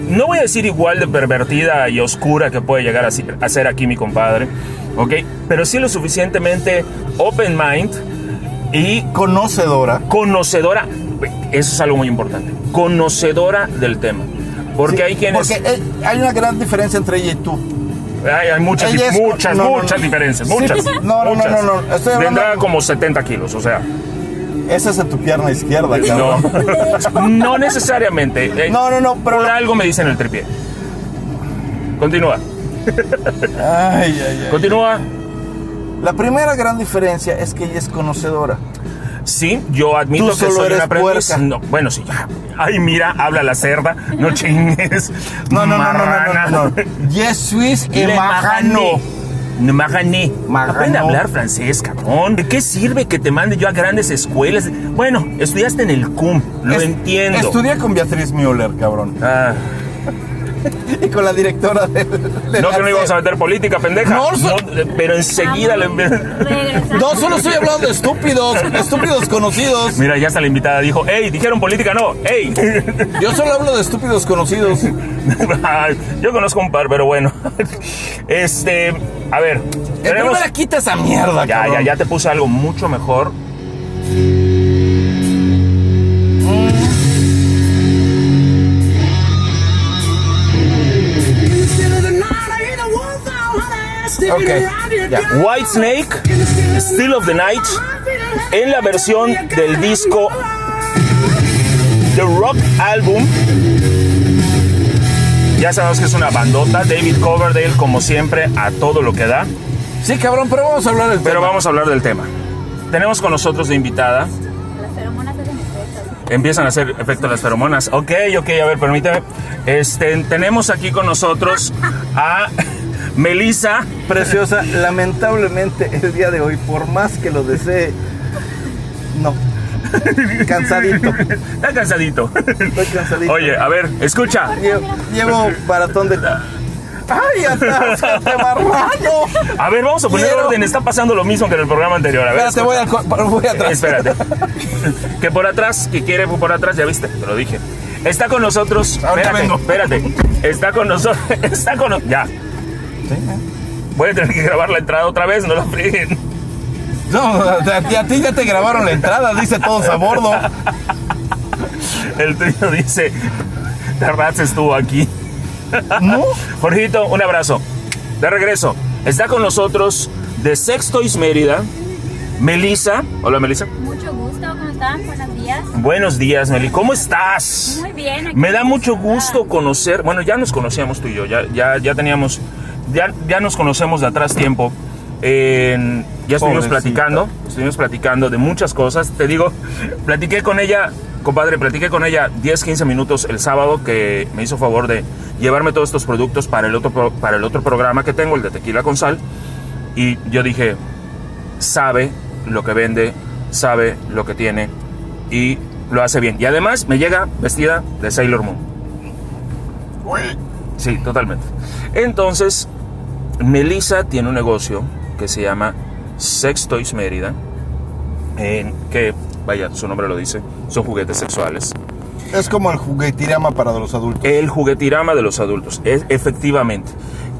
no voy a decir igual de pervertida y oscura que puede llegar a, si- a ser aquí mi compadre, ¿ok? Pero sí lo suficientemente open mind y Conocedora. conocedora, eso es algo muy importante, conocedora del tema. Porque hay quienes... Porque eh, hay una gran diferencia entre ella y tú. Hay, hay muchas, Ella es- muchas, no, no, muchas no. diferencias, Sí, muchas. no, no, no, muchas. no, no, estoy hablando- Tendrá como 70 kilos, o sea, Esa es en tu pierna izquierda, no, cabrón. no necesariamente. eh, No, no, no, pero. Por algo me dicen el tripié. Continúa, Ay, ay, ay. continúa. La primera gran diferencia es que ella es conocedora. Sí, yo admito Tú que solo soy eres una aprendiz. puerca. No, bueno, sí, ya. Ay, mira, habla la cerda, no chingues. No, no, no, no, marrana. no, no. no. Yesuis y Le majano. No Majané. Maganó. Aprende a hablar francés, cabrón. ¿De qué sirve que te mande yo a grandes escuelas? Bueno, estudiaste en el CUM, lo Es- entiendo. Estudié con Beatriz Müller, cabrón. Ah, Y con la directora del. de no la que no íbamos SEP. a meter política, pendeja. No, so- eh, pero enseguida le... Regresamos. No, solo estoy hablando de estúpidos, estúpidos conocidos. Mira, ya está la invitada, dijo, hey, dijeron política, no, hey. Yo solo hablo de estúpidos conocidos. Ay, Yo conozco un par, pero bueno. Este, a ver, En tenemos- primera quita esa mierda, Ya, cabrón. ya, ya te puse algo mucho mejor. Ok, ya. White Snake, Still of the Night, en la versión del disco The Rock Album. Ya sabemos que es una bandota, David Coverdale, como siempre, a todo lo que da. Sí, cabrón, pero vamos a hablar del Pero tema. vamos a hablar del tema. Tenemos con nosotros de invitada. Las feromonas hacen efecto. Empiezan a hacer efecto las feromonas. Ok, ok, a ver, permíteme. Este, tenemos aquí con nosotros a Melissa. Preciosa, lamentablemente el día de hoy, por más que lo desee, no. Cansadito, Está cansadito. estoy cansadito. Oye, a ver, escucha. Llevo, llevo maratón de. ¡Ay, atáscate, marrano! A ver, vamos a poner Quiero- orden. Está pasando lo mismo que en el programa anterior. A ver, Espérate, voy, al, co- voy atrás. espérate. Que por atrás, que quiere por atrás, ya viste, te lo dije. Está con nosotros. Ahorita espérate, vengo. espérate. Está con nosotros. Está con. no- Ya. Voy a tener que grabar la entrada otra vez, no la fríen. No, a, ti- a ti ya te grabaron la entrada, dice todos a bordo. El tuyo dice, Tarraz estuvo aquí. ¿No? Jorgito, un abrazo. De regreso, está con nosotros de Sextoys Mérida, Melissa. Hola, Melissa. Mucho gusto, ¿cómo están? Buenos días. Buenos días, Meli. ¿Cómo estás? Muy bien. aquí Me da mucho estamos. gusto conocer. Bueno, ya nos conocíamos tú y yo, ya, ya, ya teníamos. Ya, ya nos conocemos de atrás tiempo. En- ya estuvimos Pobrecita. platicando, estuvimos platicando de muchas cosas. Te digo, platiqué con ella, compadre, platiqué con ella 10, 15 minutos el sábado que me hizo favor de llevarme todos estos productos para el otro, pro- para el otro programa que tengo, el de Tequila con Sal. Y yo dije, sabe lo que vende, sabe lo que tiene y lo hace bien. Y además me llega vestida de Sailor Moon. Sí, totalmente. Entonces, Melissa tiene un negocio que se llama Sex Toys Mérida, en que, vaya, su nombre lo dice, son juguetes sexuales. Es como el juguetirama para los adultos. El juguetirama de los adultos, es, efectivamente.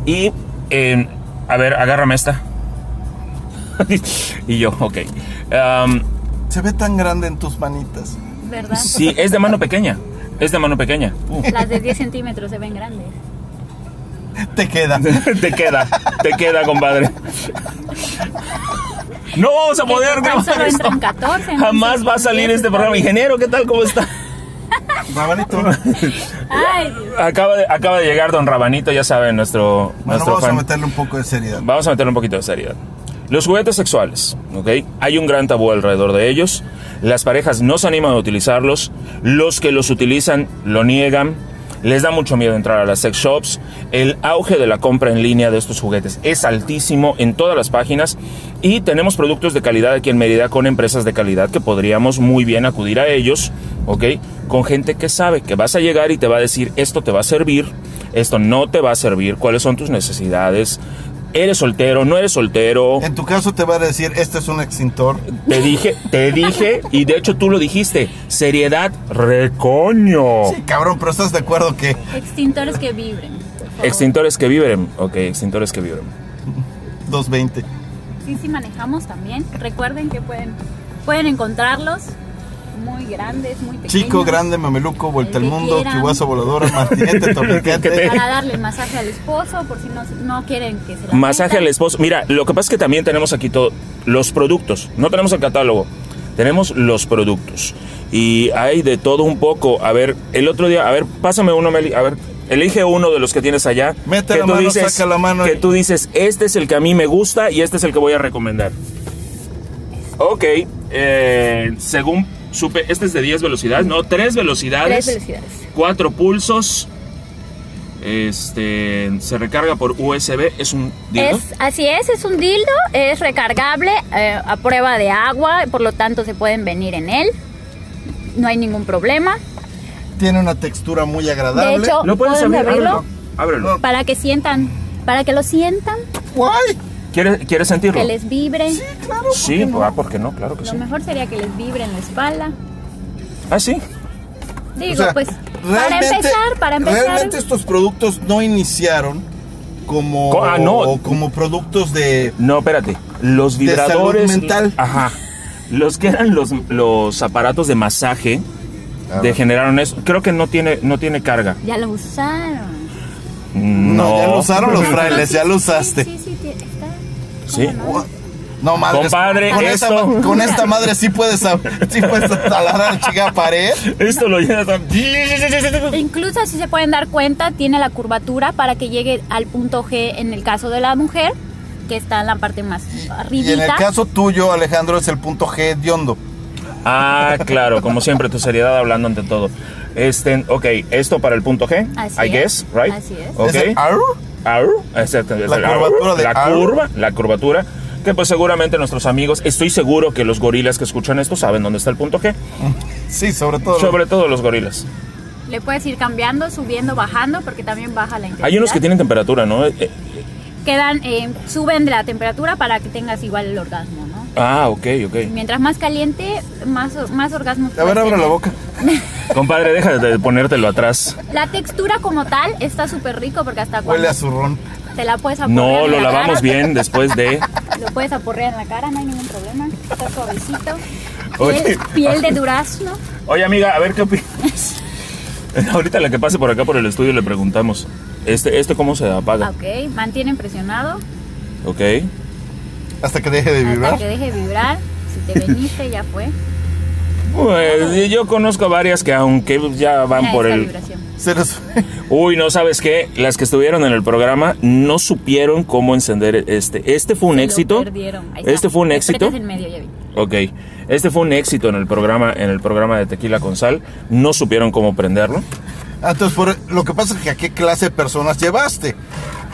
Y, en- a ver, agárrame esta. y yo, ok. Am, Se ve tan grande en tus manitas. ¿Verdad? Sí, es de mano pequeña. Es de mano pequeña. Uh, Las de 10 centímetros se ven grandes. Te queda. te queda, te queda, compadre. No vamos a poder Tan grabar solo esto. entran 14. en Jamás va a salir 10, este programa. está bien. Ingeniero, ¿qué tal? ¿Cómo está? Rabanito. Ay, Dios. Acaba de, acaba de llegar Don Rabanito, ya saben, nuestro, Bueno, nuestro vamos a fan. meterle un poco de seriedad. Vamos a meterle un poquito de seriedad. Los juguetes sexuales, ¿ok? Hay un gran tabú alrededor de ellos. Las parejas no se animan a utilizarlos. Los que los utilizan lo niegan. Les da mucho miedo entrar a las sex shops. El auge de la compra en línea de estos juguetes es altísimo en todas las páginas. Y tenemos productos de calidad aquí en Mérida con empresas de calidad que podríamos muy bien acudir a ellos, ¿ok? Con gente que sabe que vas a llegar y te va a decir esto te va a servir, esto no te va a servir, cuáles son tus necesidades, eres soltero, no eres soltero. En tu caso te va a decir, este es un extintor. Te dije, te dije, y de hecho tú lo dijiste, seriedad, recoño. Sí, cabrón, pero estás de acuerdo que extintores que vibren. por favor. Extintores que vibren, ok, extintores que vibren. 220. Sí, sí manejamos también. Recuerden que pueden Pueden encontrarlos muy grandes, muy pequeños. Chico, grande, mameluco, vuelta El al que mundo, quieran. chihuahua voladora, martinete, tornicate. Para darle masaje al esposo, por si no, no quieren que se la Masaje al metan. esposo. Mira, lo que pasa es que también tenemos aquí todo, los productos. No tenemos el catálogo, tenemos los productos. Y hay de todo un poco. A ver, el otro día, a ver, pásame uno, Meli, a ver. Elige uno de los que tienes allá. Mete que la tú mano, dices- saca la mano. Que tú dices, este es el que a mí me gusta y este es el que voy a recomendar. Ok, eh, según supe, este es de 10 velocidades, no, 3 Tres velocidades. velocidades. Cuatro pulsos. Este se recarga por USB, es un dildo. Es, así es, es un dildo, es recargable, eh, a prueba de agua, por lo tanto se pueden venir en él. No hay ningún problema. Tiene una textura muy agradable. De hecho, ¿Lo puedes pueden abrir? oh, abrirlo Ábrelo. ábrelo. para que sientan, para que lo sientan, ¡Guay! ¿Quieres, quieres sentirlo? que les vibre. Sí, ah, ¿por qué no? Claro que Lo sí. mejor sería que les vibre en la espalda. Ah, sí. Digo, O sea, pues, para realmente- empezar, para empezar. Realmente estos productos no iniciaron como, Co- ah, no. o como productos de... No, espérate. Los De salud vibradores. mental. Ajá. Los que eran los, los aparatos de masaje A ver. degeneraron eso. Creo que no tiene, no tiene carga. Ya lo usaron. Ah, No, No, ya lo usaron los frailes, ya lo usaste. Sí, sí, sí, tie- está. Sí. ¿Cómo no? No, madre. Compadre, con, esta, esto- ma- con esta madre sí puedes, ab- sí puedes talar a la chica pared. Esto lo llena tan- E Incluso si se pueden dar cuenta, tiene la curvatura para que llegue al punto G en el caso de la mujer, que está en la parte más Y arribita. en el caso tuyo, Alejandro, es el punto G de hondo. Ah, claro, como siempre, tu seriedad hablando ante todo. Este, ok, esto para el punto G, Así I es, guess, right? así es. Ok. ¿Es el arr? Au, exacto, es La el curvatura au, de la au. curva, la curvatura. Que pues seguramente nuestros amigos, estoy seguro que los gorilas que escuchan esto saben dónde está el punto G. Sí, sobre todo. Sobre todo los gorilas. Le puedes ir cambiando, subiendo, bajando, porque también baja la intensidad. Hay unos que tienen temperatura, ¿no? Eh, eh, Quedan, eh, suben de la temperatura para que tengas igual el orgasmo, ¿no? ah, ok, ok. Mientras más caliente, más, más orgasmo. A ver, abre la boca. Compadre, deja de ponértelo atrás. La textura como tal está súper rico porque hasta cuando Huele a zurrón. te la puedes aporrear No, en lo la lavamos cara, bien después de... Lo puedes aporrear en la cara, no hay ningún problema. Está suavecito. Oye. Piel, piel de durazno. Oye, amiga, a ver qué opinas. Ahorita la que pase por acá por el estudio le preguntamos, ¿este, este cómo se apaga? Ok, mantiene presionado Ah. Ok. Hasta que deje de hasta vibrar. que deje vibrar. Si te veniste, ya fue. Pues Ah. y yo conozco varias que aunque ya van Mira por esta el... vibración. Se les- Uy, no sabes qué, las que estuvieron en el programa no supieron cómo encender este. Este fue un Se lo éxito. perdieron. Ahí está. Este fue un Le éxito. aprietas en medio, ya vi. Ok. Este fue un éxito en el programa en el programa de Tequila con Sal. No supieron cómo prenderlo. Ah, Entonces, por- lo que pasa es que a qué clase de personas llevaste.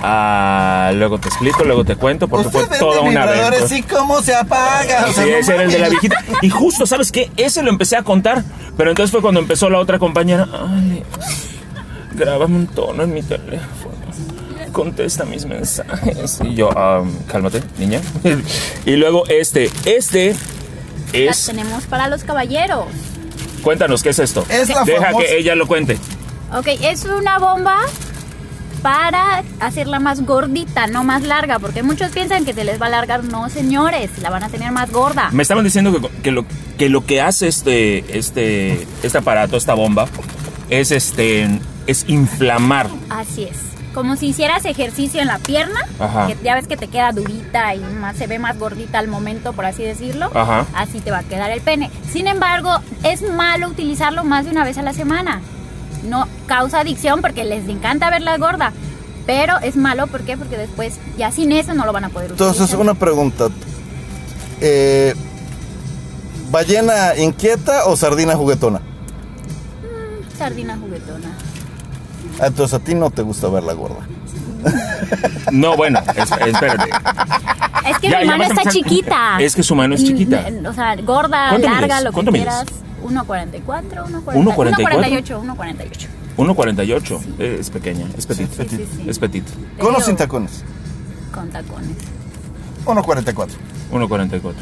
Ah, luego te explico, luego te cuento porque fue Ustedes toda de una vibradores vez. sí cómo se apaga. O sea, Sí, no ese era el de la mames. viejita. Y justo, ¿sabes qué? Ese lo empecé a contar. Pero entonces fue cuando empezó la otra compañera. Ale, grábame un tono en mi teléfono. Contesta mis mensajes. Y yo, am, cálmate, niña. Y luego este, este Las es... tenemos para los caballeros. Cuéntanos, ¿qué es esto? Es la Deja famosa- que ella lo cuente. Ok, es una bomba para hacerla más gordita, no más larga, porque muchos piensan que se les va a alargar. No, señores, la van a tener más gorda. Me estaban diciendo que, que lo, que lo que hace este, este, este aparato, esta bomba, es, este, es inflamar. Así es. Como si hicieras ejercicio en la pierna, Ajá. que ya ves que te queda durita y más, se ve más gordita al momento, por así decirlo. Ajá. Así te va a quedar el pene. Sin embargo, es malo utilizarlo más de una vez a la semana. No causa adicción porque les encanta verla gorda. Pero es malo, ¿por qué? Porque después ya sin eso no lo van a poder utilizar. Entonces, una pregunta. Eh, ¿Ballena inquieta o sardina juguetona? Sardina juguetona. Ah, Entonces, a ti no te gusta verla gorda. No, bueno, es- espérate. Es que Ah, Ya, ya mi mano vas a está empezar. chiquita. Es que su mano es Mm, chiquita. mm, O sea, gorda, ¿Cuánto larga, mides? lo que ¿Cuánto mides? quieras. 1.44, 1.44. 1.48, 1.48. 1.48. Eh, Es pequeña, es petit. Sí, sí, sí. Es petit. ¿Con o Pero sin tacones? Con tacones. 1.44. 1.44.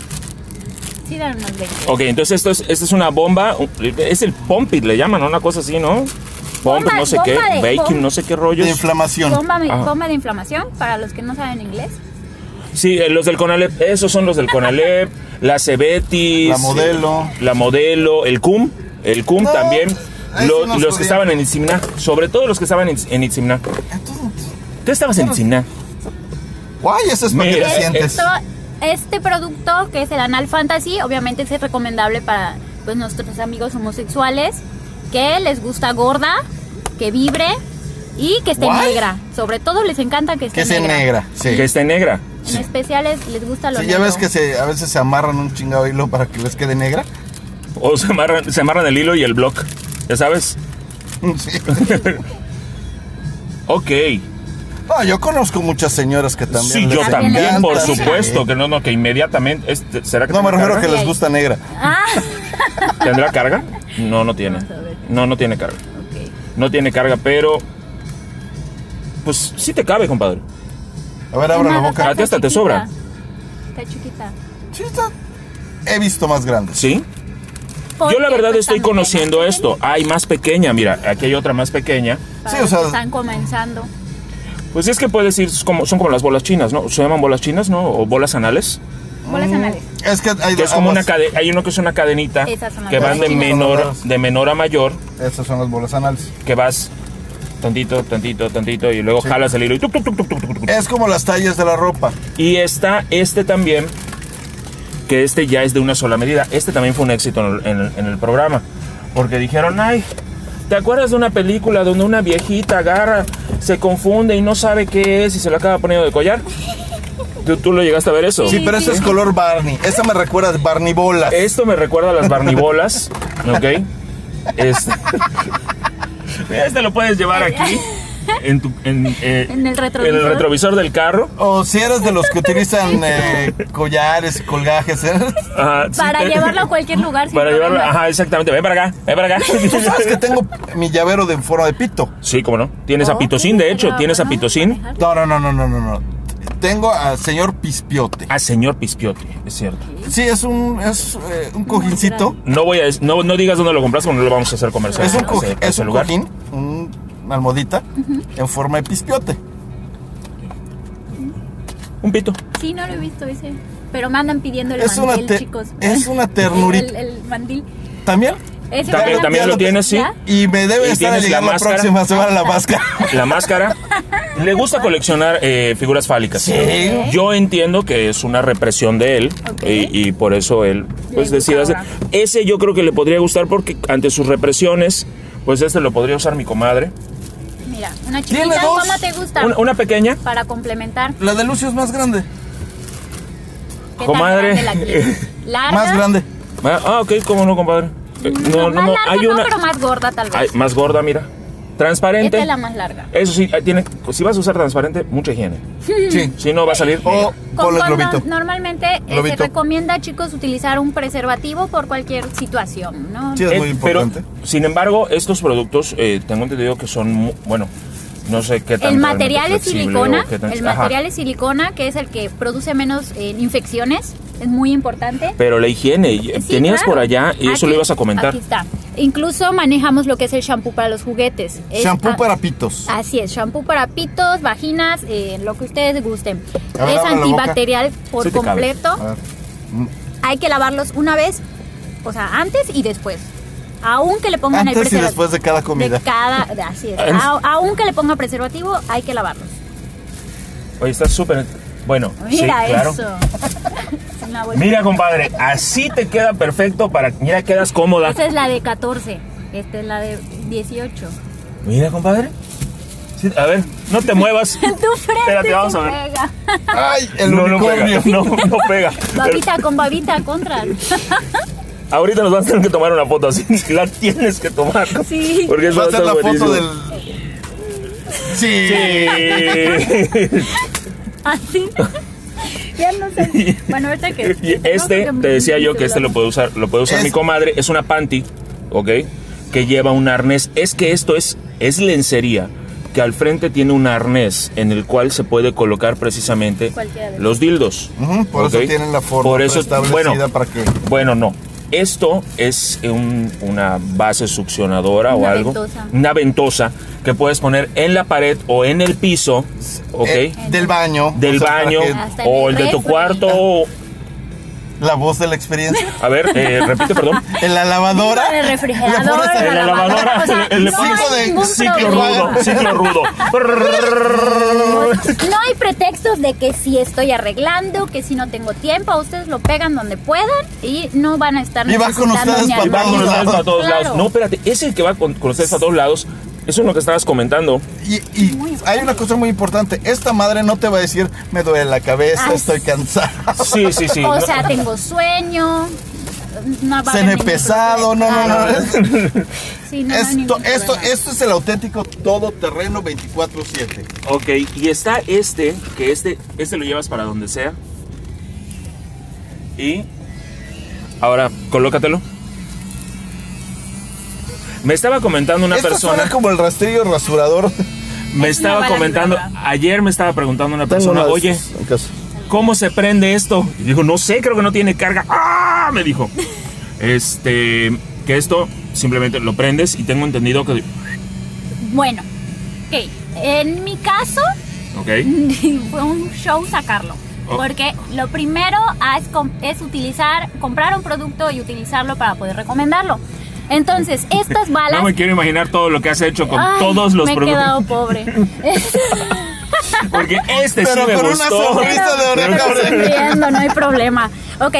Sí, dan unos 20. Ok, entonces esto es, esto es una bomba. un- Es el pompit, le llaman, ¿no? una cosa así, ¿no? Pump, Bomba- no sé bomba qué. de- Baking, bomba. no sé qué De rollos. inflamación. Bomba, de- Ajá. bomba de inflamación, para los que no saben inglés. Sí, eh, los del Conalep. Esos son los del Conalep. la Cebetis, La modelo. la modelo, el CUM, el CUM No, también, ahí lo- los sí nos que jodieron. estaban en Itzimna, sobre todo los que estaban en, en Itzimná. Tú estabas en Itzimná. Guay, eso es para que Mira, te eh, sientes. Esto- este producto que es el Anal Fantasy, obviamente es recomendable para pues, nuestros amigos homosexuales que les gusta gorda, que vibre y que esté ¿What? negra. Sobre todo les encanta que esté Que se negra. negra, sí. Que está en negra. En especial es- les gusta lo Sí, ya negro. ves que se, a veces se amarran un chingado hilo para que les quede negra. O se amarran, se amarran el hilo y el block. ¿Ya sabes? Sí. Ok. No, yo conozco muchas señoras que también. sí, les yo encanta, también, por sí. supuesto. Que no, no, que inmediatamente. este, ¿Será que No, me tiene refiero a carga? que les gusta negra. Ah, ¿Tendrá carga? No, no tiene. Vamos a ver. No, no tiene carga. ok. No tiene carga, pero. Pues sí te cabe, compadre. A ver, abra la Además, boca. A ti hasta te chiquita. sobra. Está chiquita. Sí, está- He visto más grandes. Sí. Yo la Porque, verdad pues, estoy también conociendo ¿eh? están esto. Hay más pequeña, mira, aquí hay otra más pequeña. para Sí, o los sea- que Están comenzando. Pues es que puedes decir, es como, son como las bolas chinas, ¿no? ¿Se llaman bolas chinas, no? O bolas anales. mm. Bolas anales. Es que hay Que es como una aguas. cade- hay uno que es una cadenita Esas son las que van bolas de chinas. menor, de menor a mayor, Estas son las bolas anales. que vas tantito, tantito, tantito, y luego jalas el hilo y tuc, tuc, tuc, tuc, tuc, tuc, tuc. Es como las tallas de la ropa. Y está este también, que este ya es de una sola medida. Este también fue un éxito en el, en el- en el programa. Porque dijeron, ay, ¿te acuerdas de una película donde una viejita agarra, se confunde y no sabe qué es y se lo acaba poniendo de collar? ¿Tú, tú lo llegaste a ver eso? Sí, pero este es color Barney. Esa me recuerda a Barney Bolas. Esto me recuerda a las barnibolas, ¿ok? Este, este lo puedes llevar aquí, en, tu- en, eh, En el en el retrovisor. retrovisor del carro. O si eres de los que utilizan eh, collares y colgajes. ¿eh? Ajá, sí, Para te- llevarlo a cualquier lugar. sin Para llevarlo, problema. ajá, exactamente. Ven para acá, ven para acá. Tú sabes que tengo mi llavero de forma de pito. Sí, cómo no. Tienes a Ok, Pitocín, de hecho, pero tienes a bueno, Pitocín. manejar. No, no, no, no, no, no. no. Tengo al señor Pispiote. A Ah, señor Pispiote, es cierto. Sí, es un, es, eh, un cojincito. No voy a dec- no, no digas dónde lo compraste, porque no lo vamos a hacer comercial. Es un, a coji- ese- a es ese un lugar. cojín, un- una almohadita en forma de pispiote. Un pito. Sí, no lo he visto ese. Pero me andan pidiendo el Es una, mandil, te- chicos. es una El, ternurita. el mandil. ¿También? Ese También- me también mandan- lo tienes, sí. ¿Ya? Y me debe ¿Y estar a tienes llegar la la, máscara? Ah. próxima semana la máscara. La máscara. Le gusta coleccionar eh, figuras fálicas. Sí. Yo entiendo que es una represión de él Ok. y, y por eso él pues gusta decide hacer. ahora. Ese yo creo que le podría gustar porque ante sus represiones, pues este lo podría usar mi comadre. Mira, una Tiene chiquita. dos. ¿Cómo te gusta? Una, una pequeña. Para complementar. La de Lucio es más grande. ¿Qué tan Comadre. grande la quieres? Larga. Más grande. Ah, ah, ok, cómo no, compadre. Eh, No, no, más no. larga Hay Mm, no, una. pero más gorda tal vez. Ay, más gorda, mira. Transparente. Esta es la más larga. Eso sí, eh, tiene, si vas a usar transparente, mucha higiene. Sí. Si no, va a salir. O Con polo condón, globito. normalmente eh, se Globito. recomienda, chicos, utilizar un preservativo por cualquier situación, ¿no? Sí, es muy Eh, importante. Pero, sin embargo, estos productos, eh, tengo entendido que son, mu- bueno, no sé qué tan El material es realmente flexible silicona, o qué tan- el Ajá. material es silicona, que es el que produce menos eh, infecciones, es muy importante. Pero la higiene, y- Sí, Eh, tenías claro. por allá y eso Aquí- lo ibas a comentar. Aquí está. Incluso manejamos lo que es el shampoo para los juguetes. Es- Shampoo ah, para pitos. Así es, shampoo para pitos, vaginas, eh, lo que ustedes gusten. A ver, abre la es boca. antibacterial por Sí te cabe. completo. A ver. Mm. Hay que lavarlos una vez, o sea, antes y después. Aunque le pongan el Antes y preservativo. después de cada comida. De cada, así es. A- aunque le ponga preservativo, hay que lavarlos. Oye, está súper. Bueno, sí, Mira claro. eso. Es una bolsa. Mira, compadre, así te queda perfecto para. Mira, quedas cómoda. Esta es la de 14. Esta es la de 18. Mira, compadre. Sí, a ver, no te muevas. En tu frente Espérate, vamos se a ver. pega. ¡Ay! El no, no unicornio. pega. No, no pega. Pero Babita con babita contra. ahorita nos vas a tener que tomar una foto así. La tienes que tomar. Sí. Porque eso Va a ser la buenísimo. foto del. Sí. Sí. Así. ya no sé. Bueno, ahorita que. Y Este, te decía yo que este lo puede usar, lo puede usar Es- mi comadre, es una panty, ¿ok? Que lleva un arnés. Es que esto es, es lencería, que al frente tiene un arnés en el cual se puede colocar precisamente Cualquiera de los dildos. Ujú, por ¿ok? eso tienen la forma Por eso, establecida bueno, para que. bueno, no. Esto es un- una base succionadora o Una algo. ventosa. Una ventosa que puedes poner en la pared o en el piso, ¿ok? Eh, del baño. del O sea, para baño que- Hasta en o el el de tu refri. cuarto o- la voz de la experiencia. A ver, eh, repite, perdón. En la lavadora. El refrigerador, le pones en En la lavadora, O sea, le- le no pones hay ningún ciclo problema. rudo, ciclo rudo. No hay pretextos de que si estoy arreglando, que si no tengo tiempo, ustedes lo pegan donde puedan y no van a estar Y va con necesitando ustedes ni para Y va arreglar. con ustedes para todos Claro. lados. No, espérate, ese que va con, con ustedes a todos lados, eso es lo que estabas comentando. Y, y hay una cosa muy importante. Esta madre no te va a decir, me duele la cabeza, Ah, estoy cansada. Sí, sí, sí. O No- sea, tengo sueño. No va a haber Cené ningún pesado, no, no, no. problema. Claro. Sí, no, no hay Esto, ningún esto, problema. esto es el auténtico todoterreno 24-7. Ok, y está este, que este, este lo llevas para donde sea. Y ahora, colócatelo. Me estaba comentando una Esto suena persona, como el rastrillo rasurador. me estaba bala comentando, clavada. ayer me estaba preguntando una persona, una de oye, esas en casa. ¿cómo se prende esto? Y dijo, no sé, creo que no tiene carga. ¡Ah! Me dijo. Este, que esto simplemente lo prendes y tengo entendido que... Bueno, ok. En mi caso, Ok, fue un show sacarlo. Oh. Porque lo primero ah, es, com- es utilizar, comprar un producto y utilizarlo para poder recomendarlo. Entonces, estas balas. no me quiero imaginar todo lo que has hecho con Ay, todos los me productos. he quedado pobre. Porque este Pero sí me con una gustó. sonrisa de oreja Pero- a Estoy oreja. sonriendo, no hay problema. Ok,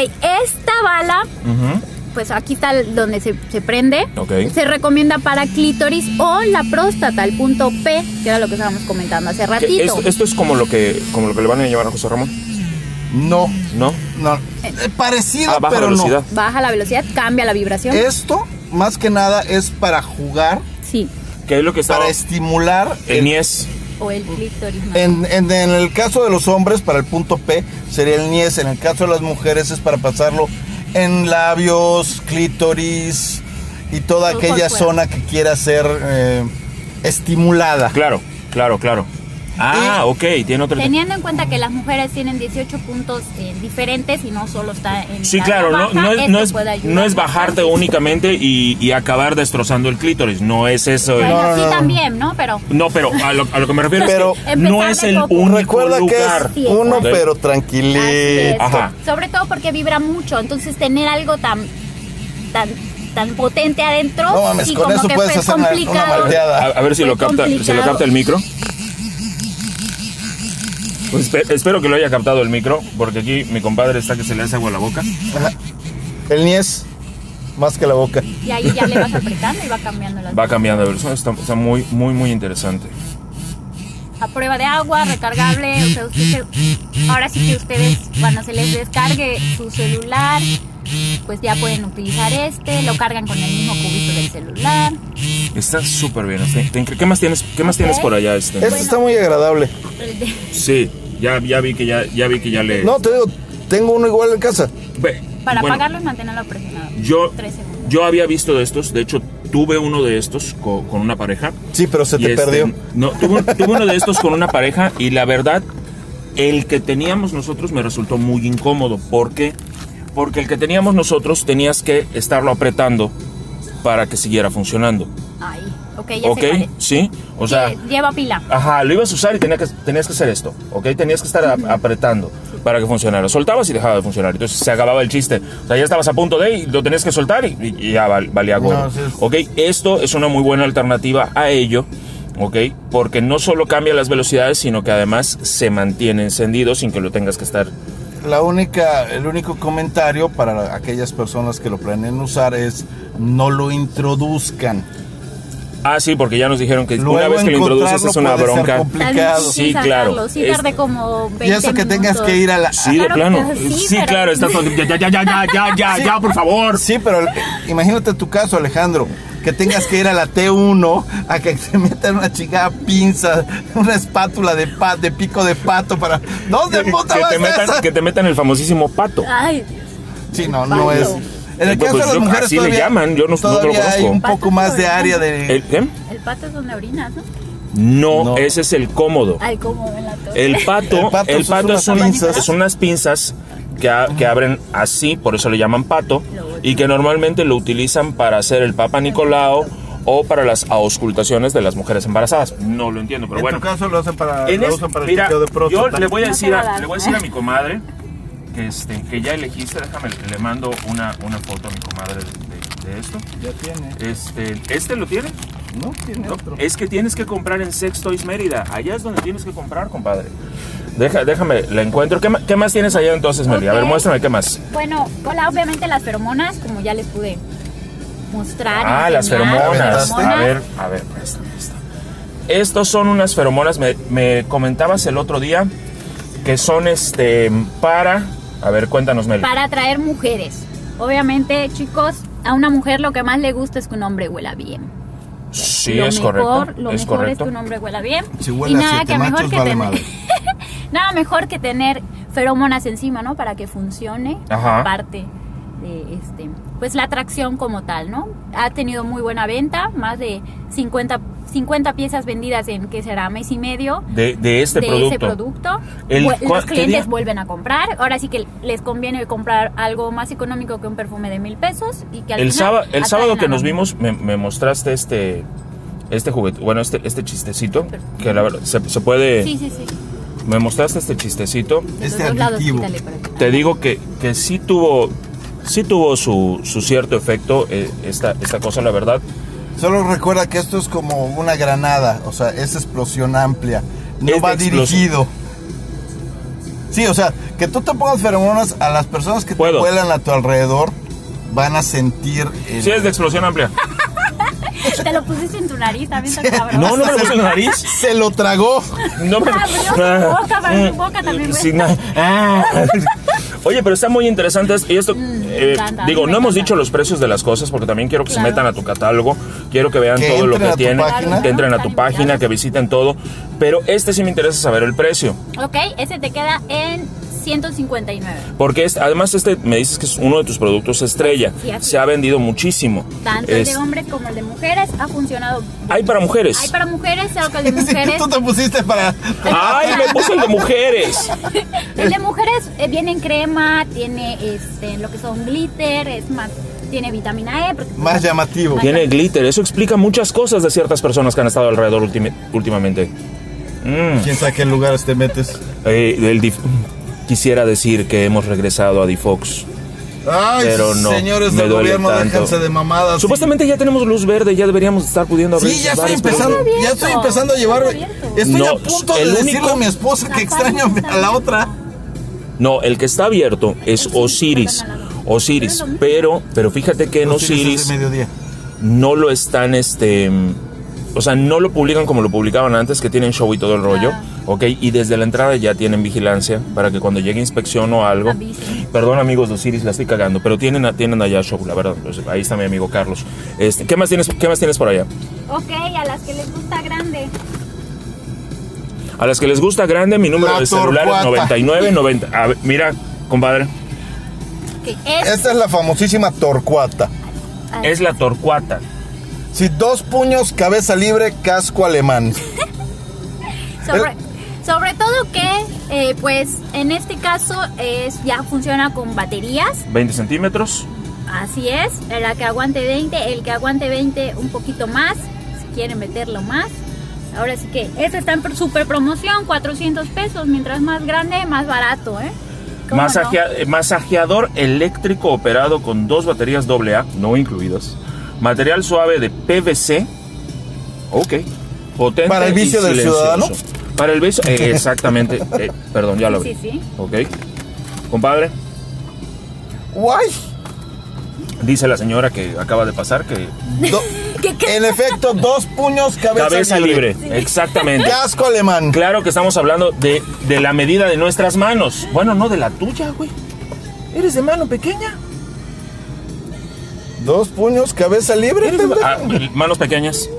esta bala, Ujú. pues aquí está el- donde se, se prende. Ok. Se recomienda para clítoris o la próstata, el punto P, que era lo que estábamos comentando hace Que ratito. Esto, esto es como lo que como lo que le van a llevar a José Ramón, No, ¿no? no. Eh, Parecido, A baja pero velocidad. Baja la velocidad, cambia la no. vibración. Esto, más que nada, es para jugar, Sí, Que es lo que estaba para estimular. el el- Nies. o el clítoris. ¿no? en, en- en el caso de los hombres, para el punto P, sería el niés. En el caso de las mujeres, es para pasarlo en labios, clítoris y toda Todo aquella el cuerpo. zona que quiera ser eh, estimulada. Claro, claro, claro. Ah, ok, tiene otro. Teniendo en cuenta que las mujeres tienen 18 puntos eh, diferentes y no solo está en Sí, la claro, no, baja, no es, esto no es- puede ayudar no es bajarte bastante. únicamente y, y acabar destrozando el clítoris, no es eso. Bueno, eh. sí no, no. también, ¿no? Pero No, pero a lo, a lo que me refiero Pero- es que no Empezar es de el poco. único Recuerda que lugar. es uno, Ok. pero Así es. tranquilito. Ajá. Sobre todo porque vibra mucho, entonces tener algo tan tan tan potente adentro No mames, sí, con como eso que puedes fue hacer una- una complicado. malteada. A, a ver si Fue lo capta, si lo complicado. capta el micro. Pues espe- espero que lo haya captado el micro, porque aquí mi compadre está que se le hace agua a la boca. El niés, más que la boca. Y ahí ya le vas apretando y va cambiando las Va cambiando de versión, está, está muy, muy, muy interesante. a prueba de agua, recargable, o sea, usted se- ahora sí que ustedes cuando se les descargue su celular, pues ya pueden utilizar este, lo cargan con el mismo cubito del celular. Está súper bien. está incre- ¿Qué más tienes, qué más tienes por allá, este? Esto está muy agradable. El de- Sí, ya, ya vi que ya, ya vi que ya le. No, te digo, tengo uno igual en casa. Ve, para bueno, apagarlo y mantenerlo presionado. Yo, Tres segundos. yo había visto de estos. De hecho, tuve uno de estos co- con, una pareja. Sí, pero se y te este, perdió. No, tuve, tuve uno de estos con una pareja y la verdad, el que teníamos nosotros me resultó muy incómodo. ¿Por qué? Porque el que teníamos nosotros tenías que estarlo apretando para que siguiera funcionando. Ahí, ok, ya ¿Ok? sé cuál es. ¿Sí? O sea. Que lleva pila. Ajá, lo ibas a usar y tenía que- tenías que hacer esto, ¿ok? Tenías que estar a- apretando para que funcionara. Soltabas y dejaba de funcionar. Entonces se acababa el chiste. O sea, ya estabas a punto de y lo tenías que soltar y, y ya val- valía gorro. No, sí es- ¿Ok? Esto es una muy buena alternativa a ello, ¿ok? Porque no solo cambia las velocidades, sino que además se mantiene encendido sin que lo tengas que estar. La única, el único comentario para aquellas personas que lo planean usar es no lo introduzcan. Ah, sí, porque ya nos dijeron que Luego una vez que lo introduces es una encontrarlo puede ser bronca. Está complicado. Sí, difícil sacarlo, claro. Sí, Es- tardé como 20 Y eso que tengas que ir a la... Sí, de Claro, plano. pero sí, Sí, pero- claro, estás con- Ya, ya, ya, ya, ya, ya, ya, ya, por favor. Sí, pero eh, imagínate tu caso, Alejandro, que tengas que ir a la T1 a que te metan una chingada pinza, una espátula de pa- de pico de pato para... ¿Dónde puta Que vas te, metan, esa? que te metan el famosísimo pato. Ay, Sí, no, no Pato. es... En el Pues, caso de pues, las yo- mujeres así le todavía, llaman, yo no- no todavía lo hay conozco. un poco más de área de... ¿El qué? el pato es donde orinas, ¿no? No, No. ese es el cómodo. Ay, como en la torre. El pato, el El pato, pato son unas es, un- pinzas. es unas pinzas que, a- que abren así, por eso le llaman pato, y que normalmente lo utilizan para hacer el Papa Nicolao o para las auscultaciones de las mujeres embarazadas. No lo entiendo, pero bueno. caso lo hacen para, En este- mira, yo le voy a No decir, te va a, a dar, le voy a decir a mi comadre que, este, que ya elegiste. Déjame, le mando una, una foto a mi comadre de- de- de esto. Ya tiene. Este, ¿Este lo tiene? No tiene No, otro. es que tienes que comprar en Sex Toys Mérida. Allá es donde tienes que comprar, compadre. Deja, déjame, la encuentro. ¿Qué, ma- qué más tienes allá entonces, Mérida? A ver, Ok. muéstrame qué más. Bueno, hola, obviamente las feromonas, como ya les pude mostrar. Ah, las enseñar, feromonas. feromonas. A ver, a ver, presta, presta. Estos son unas feromonas, me, me comentabas el otro día, que son este para. A ver, cuéntanos, Mel. Para atraer mujeres. Obviamente, chicos, a una mujer lo que más le gusta es que un hombre huela bien. Sí, lo es mejor, correcto. Lo es mejor correcto. es que un hombre huela bien. Si huele a siete machos, vale madre. nada mejor que tener feromonas encima, ¿no? Para que funcione Ajá. parte de este, pues la atracción como tal, ¿no? Ha tenido muy buena venta, más de 50, 50 piezas vendidas en que será mes y medio. de, de este de producto. ese producto, El Vu- cua- los ¿qué día? clientes vuelven a comprar. Ahora sí que les conviene comprar algo más económico que un perfume de mil pesos y que al El, final sába- el atraen sábado a que la nos mujer. vimos me, me mostraste este este juguete, bueno, este, este chistecito, que la verdad, se, se puede, Sí, sí, sí. me mostraste este chistecito, De Este los dos lados, aditivo. quítale para que- te digo que, que sí tuvo, sí tuvo su, su cierto efecto eh, esta, esta cosa, la verdad, Solo recuerda que esto es como una granada, o sea, es explosión amplia. No Es de va explosión. dirigido. Sí, o sea, que tú te pongas feromonas a las personas que Puedo. te vuelan a tu alrededor, van a sentir. el- sí es de explosión amplia. Te lo pusiste en tu nariz, también está cabrón. No, no me lo puse en la nariz. Se lo tragó. No me- Ah, pues yo Ah, boca, para mm, mi boca también, güey. sí, no. Ah. Oye, pero está muy interesante esto- y esto. eh, encanta, digo, Mm, me no hemos encanta. dicho los precios de las cosas porque también quiero que se Claro. metan a tu catálogo, quiero que vean Que todo lo entren que a tu tienen, página. que entren a Claro, tu están página, invitados. que visiten todo. Pero este sí me interesa saber el precio, Ok, ese te queda en 159. porque es- además este me dices que es uno de tus productos estrella, Sí, así se ha vendido muchísimo. Tanto el Es- de hombres como el de mujeres ha funcionado. bien. Hay para mujeres. Hay para mujeres, solo que el de Sí, mujeres. tú te pusiste para. Ay, me puse el de mujeres. El de mujeres eh, viene en crema, tiene este, lo que son glitter, es más, tiene vitamina E. porque- Más llamativo. Tiene glitter, eso explica muchas cosas de ciertas personas que han estado alrededor ultimi- últimamente. Mm. ¿Quién sabe a qué lugares te metes? Eh, el dif- Quisiera decir que hemos regresado a Difox. Ah, Ay, Pero no, señores me del duele gobierno, tanto. déjense de mamadas. Supuestamente ya tenemos luz verde, ya deberíamos estar pudiendo abrir. Sí, ya estoy sus bares, pero- empezando, Está abierto, ya estoy empezando a llevar. está abierto. Estoy No, a punto de el único- decirle a mi esposa que La extraño página está a la otra. No, el que está abierto es Osiris. Osiris, pero, pero fíjate que en Los cines es Osiris de mediodía. no lo están, este, o sea, no lo publican como lo publicaban antes, que tienen show y todo el rollo, Ah. ¿ok? Y desde la entrada ya tienen vigilancia para que cuando llegue inspección o algo, Avisen. perdón amigos de Osiris, la estoy cagando, pero tienen, tienen allá show, la verdad. Pues, ahí está mi amigo Carlos. Este, ¿qué más tienes, qué más tienes por allá? Ok, a las que les gusta grande. A las que les gusta grande, mi número La de celular es Torcuata. 9990. A ver, mira, compadre, Que es, Esta es la famosísima torcuata. es la Torcuata. Si dos puños, cabeza libre, casco alemán. sobre, sobre todo que, eh, pues, en este caso es ya funciona con baterías. 20 centímetros. Así es, la que aguante 20, el que aguante 20 un poquito más, si quieren meterlo más. Ahora sí que esta está en pr- super promoción, 400 pesos, mientras más grande, más barato, ¿eh? ¿Cómo Masajea- eh, Masajeador eléctrico operado con dos baterías AA, no incluidas. Material suave de PVC. Ok. Potente Para el y vicio del silencioso. ciudadano. Para el vicio, eh, exactamente. eh, perdón, ya lo no? abrí. Sí, sí, sí. Ok. Compadre, Guay. dice la señora que acaba de pasar que Do- en efecto, dos puños, cabeza, cabeza libre. Exactamente. Casco alemán. Claro que estamos hablando de, de la medida de nuestras manos. Bueno, no de la tuya, güey. Eres de mano pequeña. Dos puños, cabeza libre. Eres de- pendejo. ah, manos pequeñas.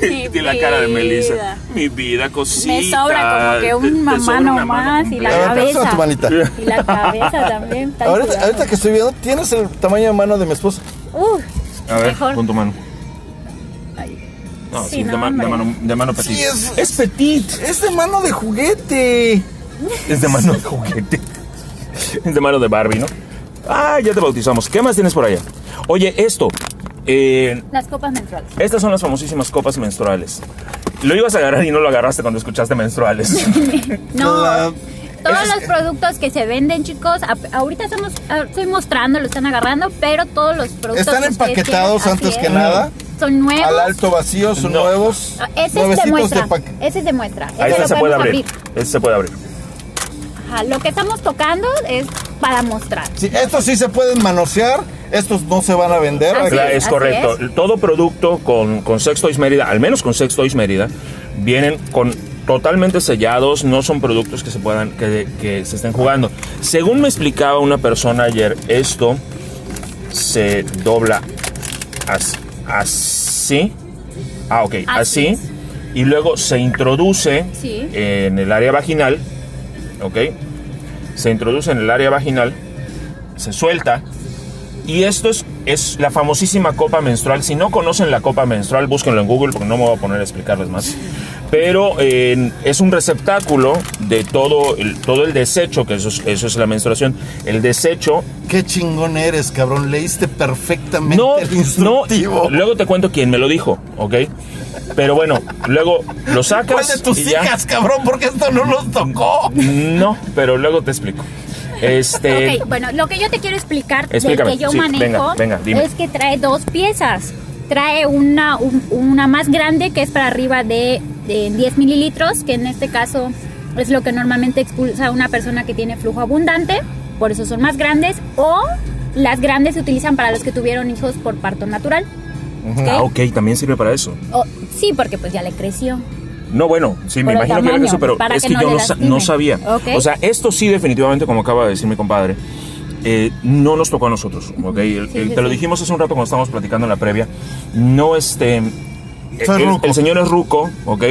Mi Tiene la cara de vida. Melissa. Mi vida, cosita. Me sobra como que Te- te un mamá sobra una mano nomás y la completa. A ver, pásame cabeza. tu manita. Y la cabeza también. está Ahorita, curado. ahorita que estoy viendo, tienes el tamaño de mano de mi esposa. Uf, A ver, mejor. pon tu mano. Ay, No, sí, Sí, de, no, ma- de hombre. mano, de mano petit. Sí, es- petit. Es de mano de juguete. Es de mano de juguete. Es de mano de Barbie, ¿no? Ah, ya te bautizamos. ¿Qué más tienes por allá? Oye, esto. eh, las copas menstruales. estas son las famosísimas copas menstruales. Lo ibas a agarrar y no lo agarraste cuando escuchaste menstruales. No. La- Todos Eso- los productos que se venden, chicos, a- ahorita estamos, ah, estoy mostrando, lo están agarrando, pero todos los productos Están que ustedes empaquetados tienen, antes así que nada. Son nuevos. Al alto vacío son No. nuevos. Ah, Ese es de nuevecitos muestra. paque- Ese es de muestra. Ese Ahí lo está, se puede podemos abrir. Este se puede abrir. Ajá, lo que estamos tocando es para mostrar. Sí, estos sí se pueden manosear, estos no se van a vender. Así Claro, es así correcto. Todo producto con, con Sex Toys Mérida, al menos con Sex Toys Mérida, vienen con totalmente sellados, no son productos que se puedan, que, que se estén jugando. Según me explicaba una persona ayer, esto se dobla as- así. Ah, ok, así. Así es. Y luego se introduce Sí. en el área vaginal. Ok. Se introduce en el área vaginal. Se suelta. Y esto es, es la famosísima copa menstrual. Si no conocen la copa menstrual, búsquenlo en Google porque no me voy a poner a explicarles más. Pero eh, es un receptáculo de todo el, todo el desecho, que eso es, eso es la menstruación. El desecho Qué chingón eres, cabrón. Leíste perfectamente no, el no. instructivo. Luego te cuento quién me lo dijo, ¿ok? Pero bueno, luego lo sacas. ¿Cuál de tus y ya. hijas, cabrón? Porque esto no nos tocó. No, pero luego te explico. Este. Ok, bueno, lo que yo te quiero explicar del Explícame, que yo sí, manejo venga, venga, dime. es que trae dos piezas. Trae una, un- una más grande que es para arriba de, de 10 mililitros, que en este caso es lo que normalmente expulsa una persona que tiene flujo abundante, por eso son más grandes, o las grandes se utilizan para los que tuvieron hijos por parto natural. ¿ok? Ah, ok, también sirve para eso. O- sí, porque pues ya le creció. No, bueno, sí, me Por el imagino que era tamaño, eso, pero para es que que, no yo le no, sa- lastime. no sabía. Ok. O sea, esto sí, definitivamente, como acaba de decir mi compadre, eh, no nos tocó a nosotros, ¿ok? El- Sí, el- sí, te lo sí. dijimos hace un rato cuando estábamos platicando en la previa. No, este. Soy el, ruco. el señor es ruco, ¿ok?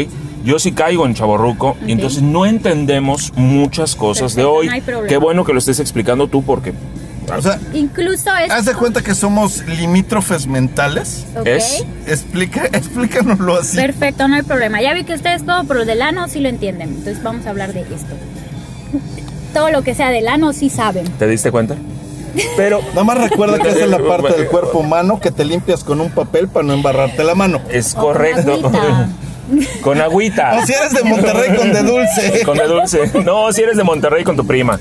Yo sí caigo en chaborruco, y entonces no entendemos muchas cosas de Perfecto, hoy. no hay problema. Qué bueno que lo estés explicando tú, porque. O sea, Incluso es... haz de cuenta que somos limítrofes mentales. Ok. es- Explica, explícanoslo así. Perfecto, no hay problema. Ya vi que ustedes todo por lo del ano sí lo entienden. Entonces vamos a hablar de esto. Todo lo que sea del ano sí saben. ¿Te diste cuenta? Pero. Nada más recuerda que esa es la parte del cuerpo humano que te limpias con un papel para no embarrarte la mano. Es O con correcto. agüita. Con agüita. O si eres de Monterrey con de dulce. Con el dulce. No, si eres de Monterrey con tu prima.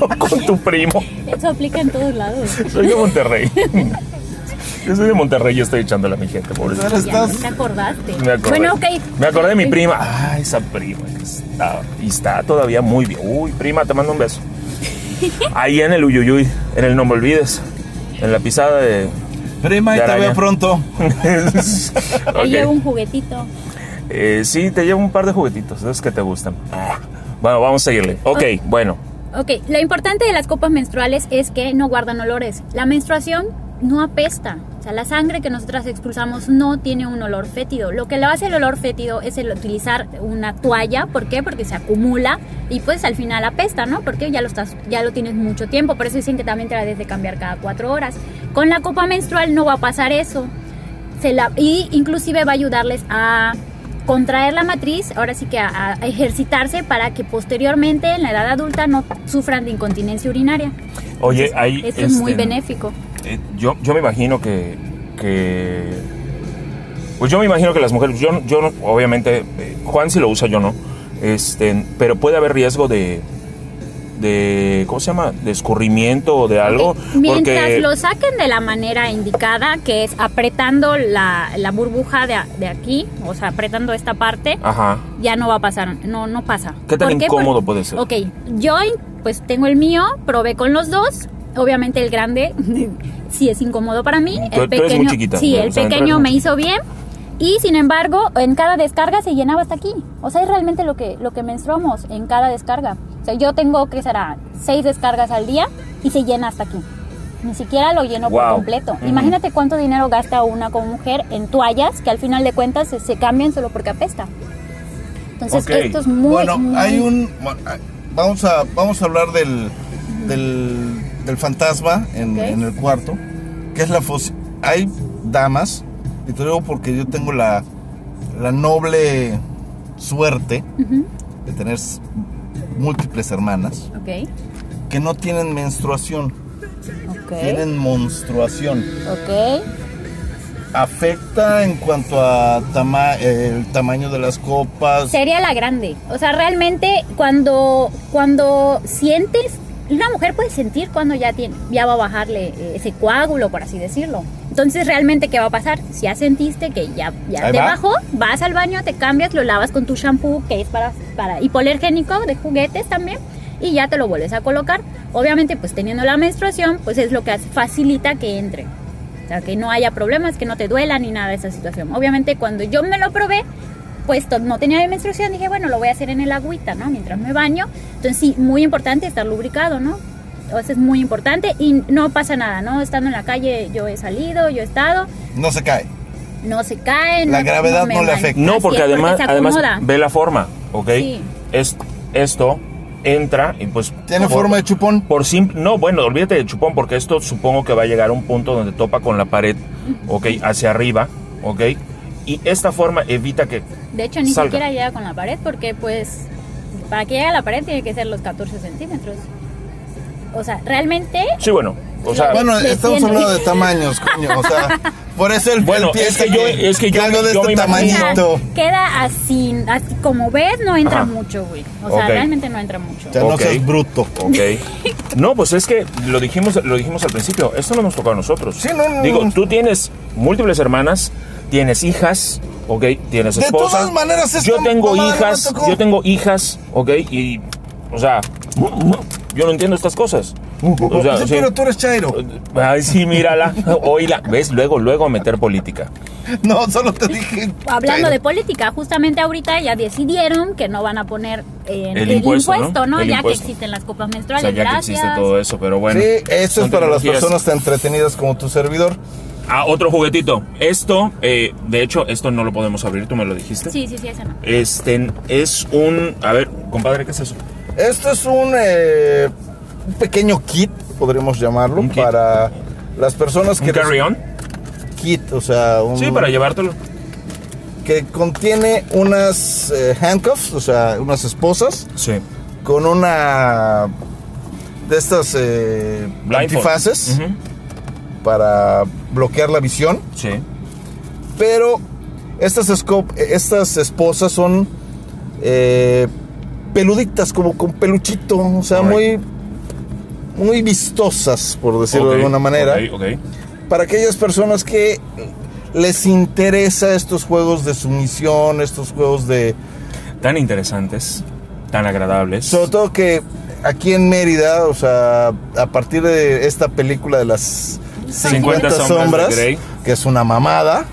O con tu primo. Eso aplica en todos lados. Soy de Monterrey. Yo soy de Monterrey y estoy echándola a mi gente, pobrecito. Ahora Ya, estás- ¿Te acordaste? Me acordé. Bueno, ok. Me acordé de mi prima. Ah, esa prima que está. Y está todavía muy bien. Uy, prima, te mando un beso. Ahí en el Uyuyuy, en el No Me Olvides. En la pisada de. Prima, y De te araña. veo pronto. Ahí Ok. llevo un juguetito. Eh, sí, te llevo un par de juguetitos, esos que te gustan. Ah, Bueno, vamos a seguirle. Ok, bueno. Ok, lo importante de las copas menstruales es que no guardan olores. La menstruación no apesta. O sea, la sangre que nosotras expulsamos no tiene un olor fétido. Lo que le hace el olor fétido es el utilizar una toalla. ¿Por qué? Porque se acumula y pues al final apesta, ¿no? Porque ya lo, estás, ya lo tienes mucho tiempo. Por eso dicen que también te la debes de cambiar cada cuatro horas. Con la copa menstrual no va a pasar eso se la, y inclusive va a ayudarles a contraer la matriz, ahora sí que a, a ejercitarse para que posteriormente en la edad adulta no sufran de incontinencia urinaria. Oye, Entonces, ahí. Eso es muy este, benéfico. Eh, yo, yo me imagino que, que- Pues yo me imagino que las mujeres. Yo, yo no- obviamente, eh, Juan si lo usa, yo no. Este, pero puede haber riesgo de. de ¿Cómo se llama? De escurrimiento o de algo. Ok, Eh, Mientras porque lo saquen de la manera indicada, que es apretando la, la burbuja de, a- de aquí, o sea, apretando esta parte, Ajá. ya no va a pasar, no, no pasa. ¿Qué tan ¿Por incómodo Por- puede ser? Ok, yo pues tengo el mío, probé con los dos. Obviamente el grande sí es incómodo para mí. Tú- el tú eres pequeño, muy chiquita, sí, ¿no? el O sea, tú eres pequeño muy me chiquita. hizo bien. Y sin embargo, en cada descarga se llenaba hasta aquí. O sea, es realmente lo que, lo que menstruamos en cada descarga. O sea, yo tengo, que será? Seis descargas al día y se llena hasta aquí. Ni siquiera lo lleno por Wow. completo. Ujú. Imagínate cuánto dinero gasta una como mujer en toallas que al final de cuentas se, se cambian solo porque apesta. Entonces, Ok. esto es muy... bueno, muy- hay un. bueno, ah, Vamos a, vamos a hablar del, del, del fantasma en, Ok. en el cuarto, que es la fos- Hay damas, y te lo digo porque yo tengo la, la noble suerte de tener s- múltiples hermanas Ok, que no tienen menstruación, ok. tienen monstruación. Ok, afecta en cuanto a tama- el tamaño de las copas. Sería la grande. O sea, realmente cuando, cuando sientes, una mujer puede sentir cuando ya, tiene, ya va a bajarle eh, ese coágulo, por así decirlo. Entonces, realmente, ¿qué va a pasar? Si ya sentiste que ya, ya Ahí te va. bajó, vas al baño, te cambias, lo lavas con tu shampoo, que es para, para hipoalergénico, de juguetes también, y ya te lo vuelves a colocar. Obviamente, pues teniendo la menstruación, pues es lo que hace- facilita que entre. O sea, que no haya problemas, que no te duela ni nada de esa situación. Obviamente, cuando yo me lo probé, pues to- no tenía menstruación, dije, bueno, lo voy a hacer en el agüita, ¿no? Mientras me baño. Entonces, sí, muy importante estar lubricado, ¿no? Entonces, es muy importante y no pasa nada, ¿no? Estando en la calle, yo he salido, yo he estado, No se cae. no se caen. La gravedad me no le mancha. afecta. No, Así porque es, además, se además acomoda. ve la forma, ¿ok? Sí. Es, esto entra y pues... Tiene por- forma de chupón. Por simp- no, bueno, olvídate de chupón porque esto supongo que va a llegar a un punto donde topa con la pared, ¿ok? Hacia arriba, ¿ok? Y esta forma evita que... De hecho, ni Salga. siquiera llega con la pared porque, pues, para que llegue a la pared tiene que ser los 14 centímetros. O sea, realmente... Sí, bueno, o sea... Bueno, Se estamos tiene. hablando de tamaños, coño. O sea, por eso el Bueno, él piensa es que yo- es que yo- algo de yo me este imagino- tamañito. Queda así, así como ves, no entra Ajá. mucho, güey. O sea, Ok. realmente no entra mucho. Ya no Ok. seas bruto. Ok. No, pues es que lo dijimos, lo dijimos al principio, esto lo hemos tocado nosotros. Sí, no, no, Digo, no. tú tienes múltiples hermanas, tienes hijas, ok, tienes De esposa. todas maneras, esta yo tengo mamada no hijas, me tocó. yo tengo hijas, ok, y o sea, yo no entiendo estas cosas. O sea, Sí, sí. pues, Pero tú eres chairo. Ay, sí, mírala, oíla. ¿Ves? Luego, luego meter política. No, solo te dije. Hablando chairo. de política, justamente ahorita ya decidieron que no van a poner eh, El impuesto, ¿no? El Ya impuesto. que existen las copas O menstruales. sea, ya que gracias. existe todo eso, pero bueno. sí, esto son es para las tecnologías. personas tan entretenidas como tu servidor. Ah, otro juguetito. Esto, eh, de hecho, esto no lo podemos abrir, tú me lo dijiste. Sí, sí, sí, esa no. Este es un. A ver, compadre, ¿qué es eso? Esto es un, eh, un pequeño kit, podríamos llamarlo, Un kit. para las personas que... ¿Un carry-on? Kit, o sea, un... Sí, para llevártelo. que contiene unas eh, handcuffs, o sea, unas esposas, Sí. con una de estas eh, antifaces Ujú, para bloquear la visión. Sí. Pero estas, esco- estas esposas son eh, peluditas, como con peluchito, o sea, Alright. muy muy vistosas, por decirlo Ok, de alguna manera. ok, ok. Para aquellas personas que les interesa estos juegos de sumisión, estos juegos de... Tan interesantes, tan agradables. Sobre todo que aquí en Mérida, o sea, a partir de esta película de las 50, 50 sombras de sombras, Grey. que es una mamada.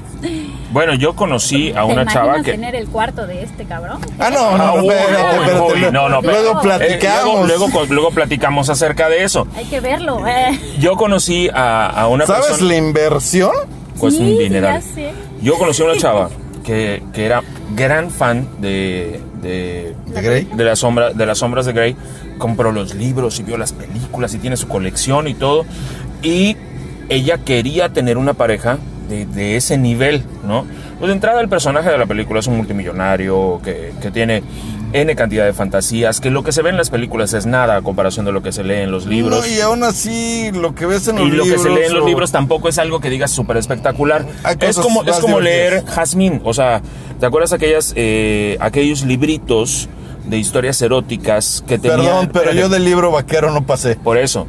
Bueno, yo conocí a ¿Te una imaginas chava que. tener el cuarto de este cabrón? Ah, no, Ah, no, no, uy, espérate, uy, espérate, uy, no. no, no, Luego espérate. Eh, luego, platicamos. luego, con- luego platicamos acerca de eso. Hay que verlo. eh. Yo conocí a, a una ¿Sabes persona. la inversión? Pues Sí, un sí, dineral. ya sé. Yo conocí a una chava que, que era gran fan de, de, ¿De Grey? de la sombra, de las sombras de Grey. Compró los libros y vio las películas y tiene su colección y todo. Y ella quería tener una pareja de, de ese nivel, ¿no? Pues de entrada el personaje de la película es un multimillonario que, que tiene N cantidad de fantasías, que lo que se ve en las películas es nada a comparación de lo que se lee en los libros. No, y aún así, lo que ves en Y los lo libros... que se lee en los o- libros tampoco es algo que digas súper espectacular. Hay Es cosas como, es más como leer divertidas. Jazmín. O sea, ¿te acuerdas aquellas, eh, aquellos libritos de historias eróticas que tenían? Perdón, pero yo del libro vaquero no pasé. Por eso.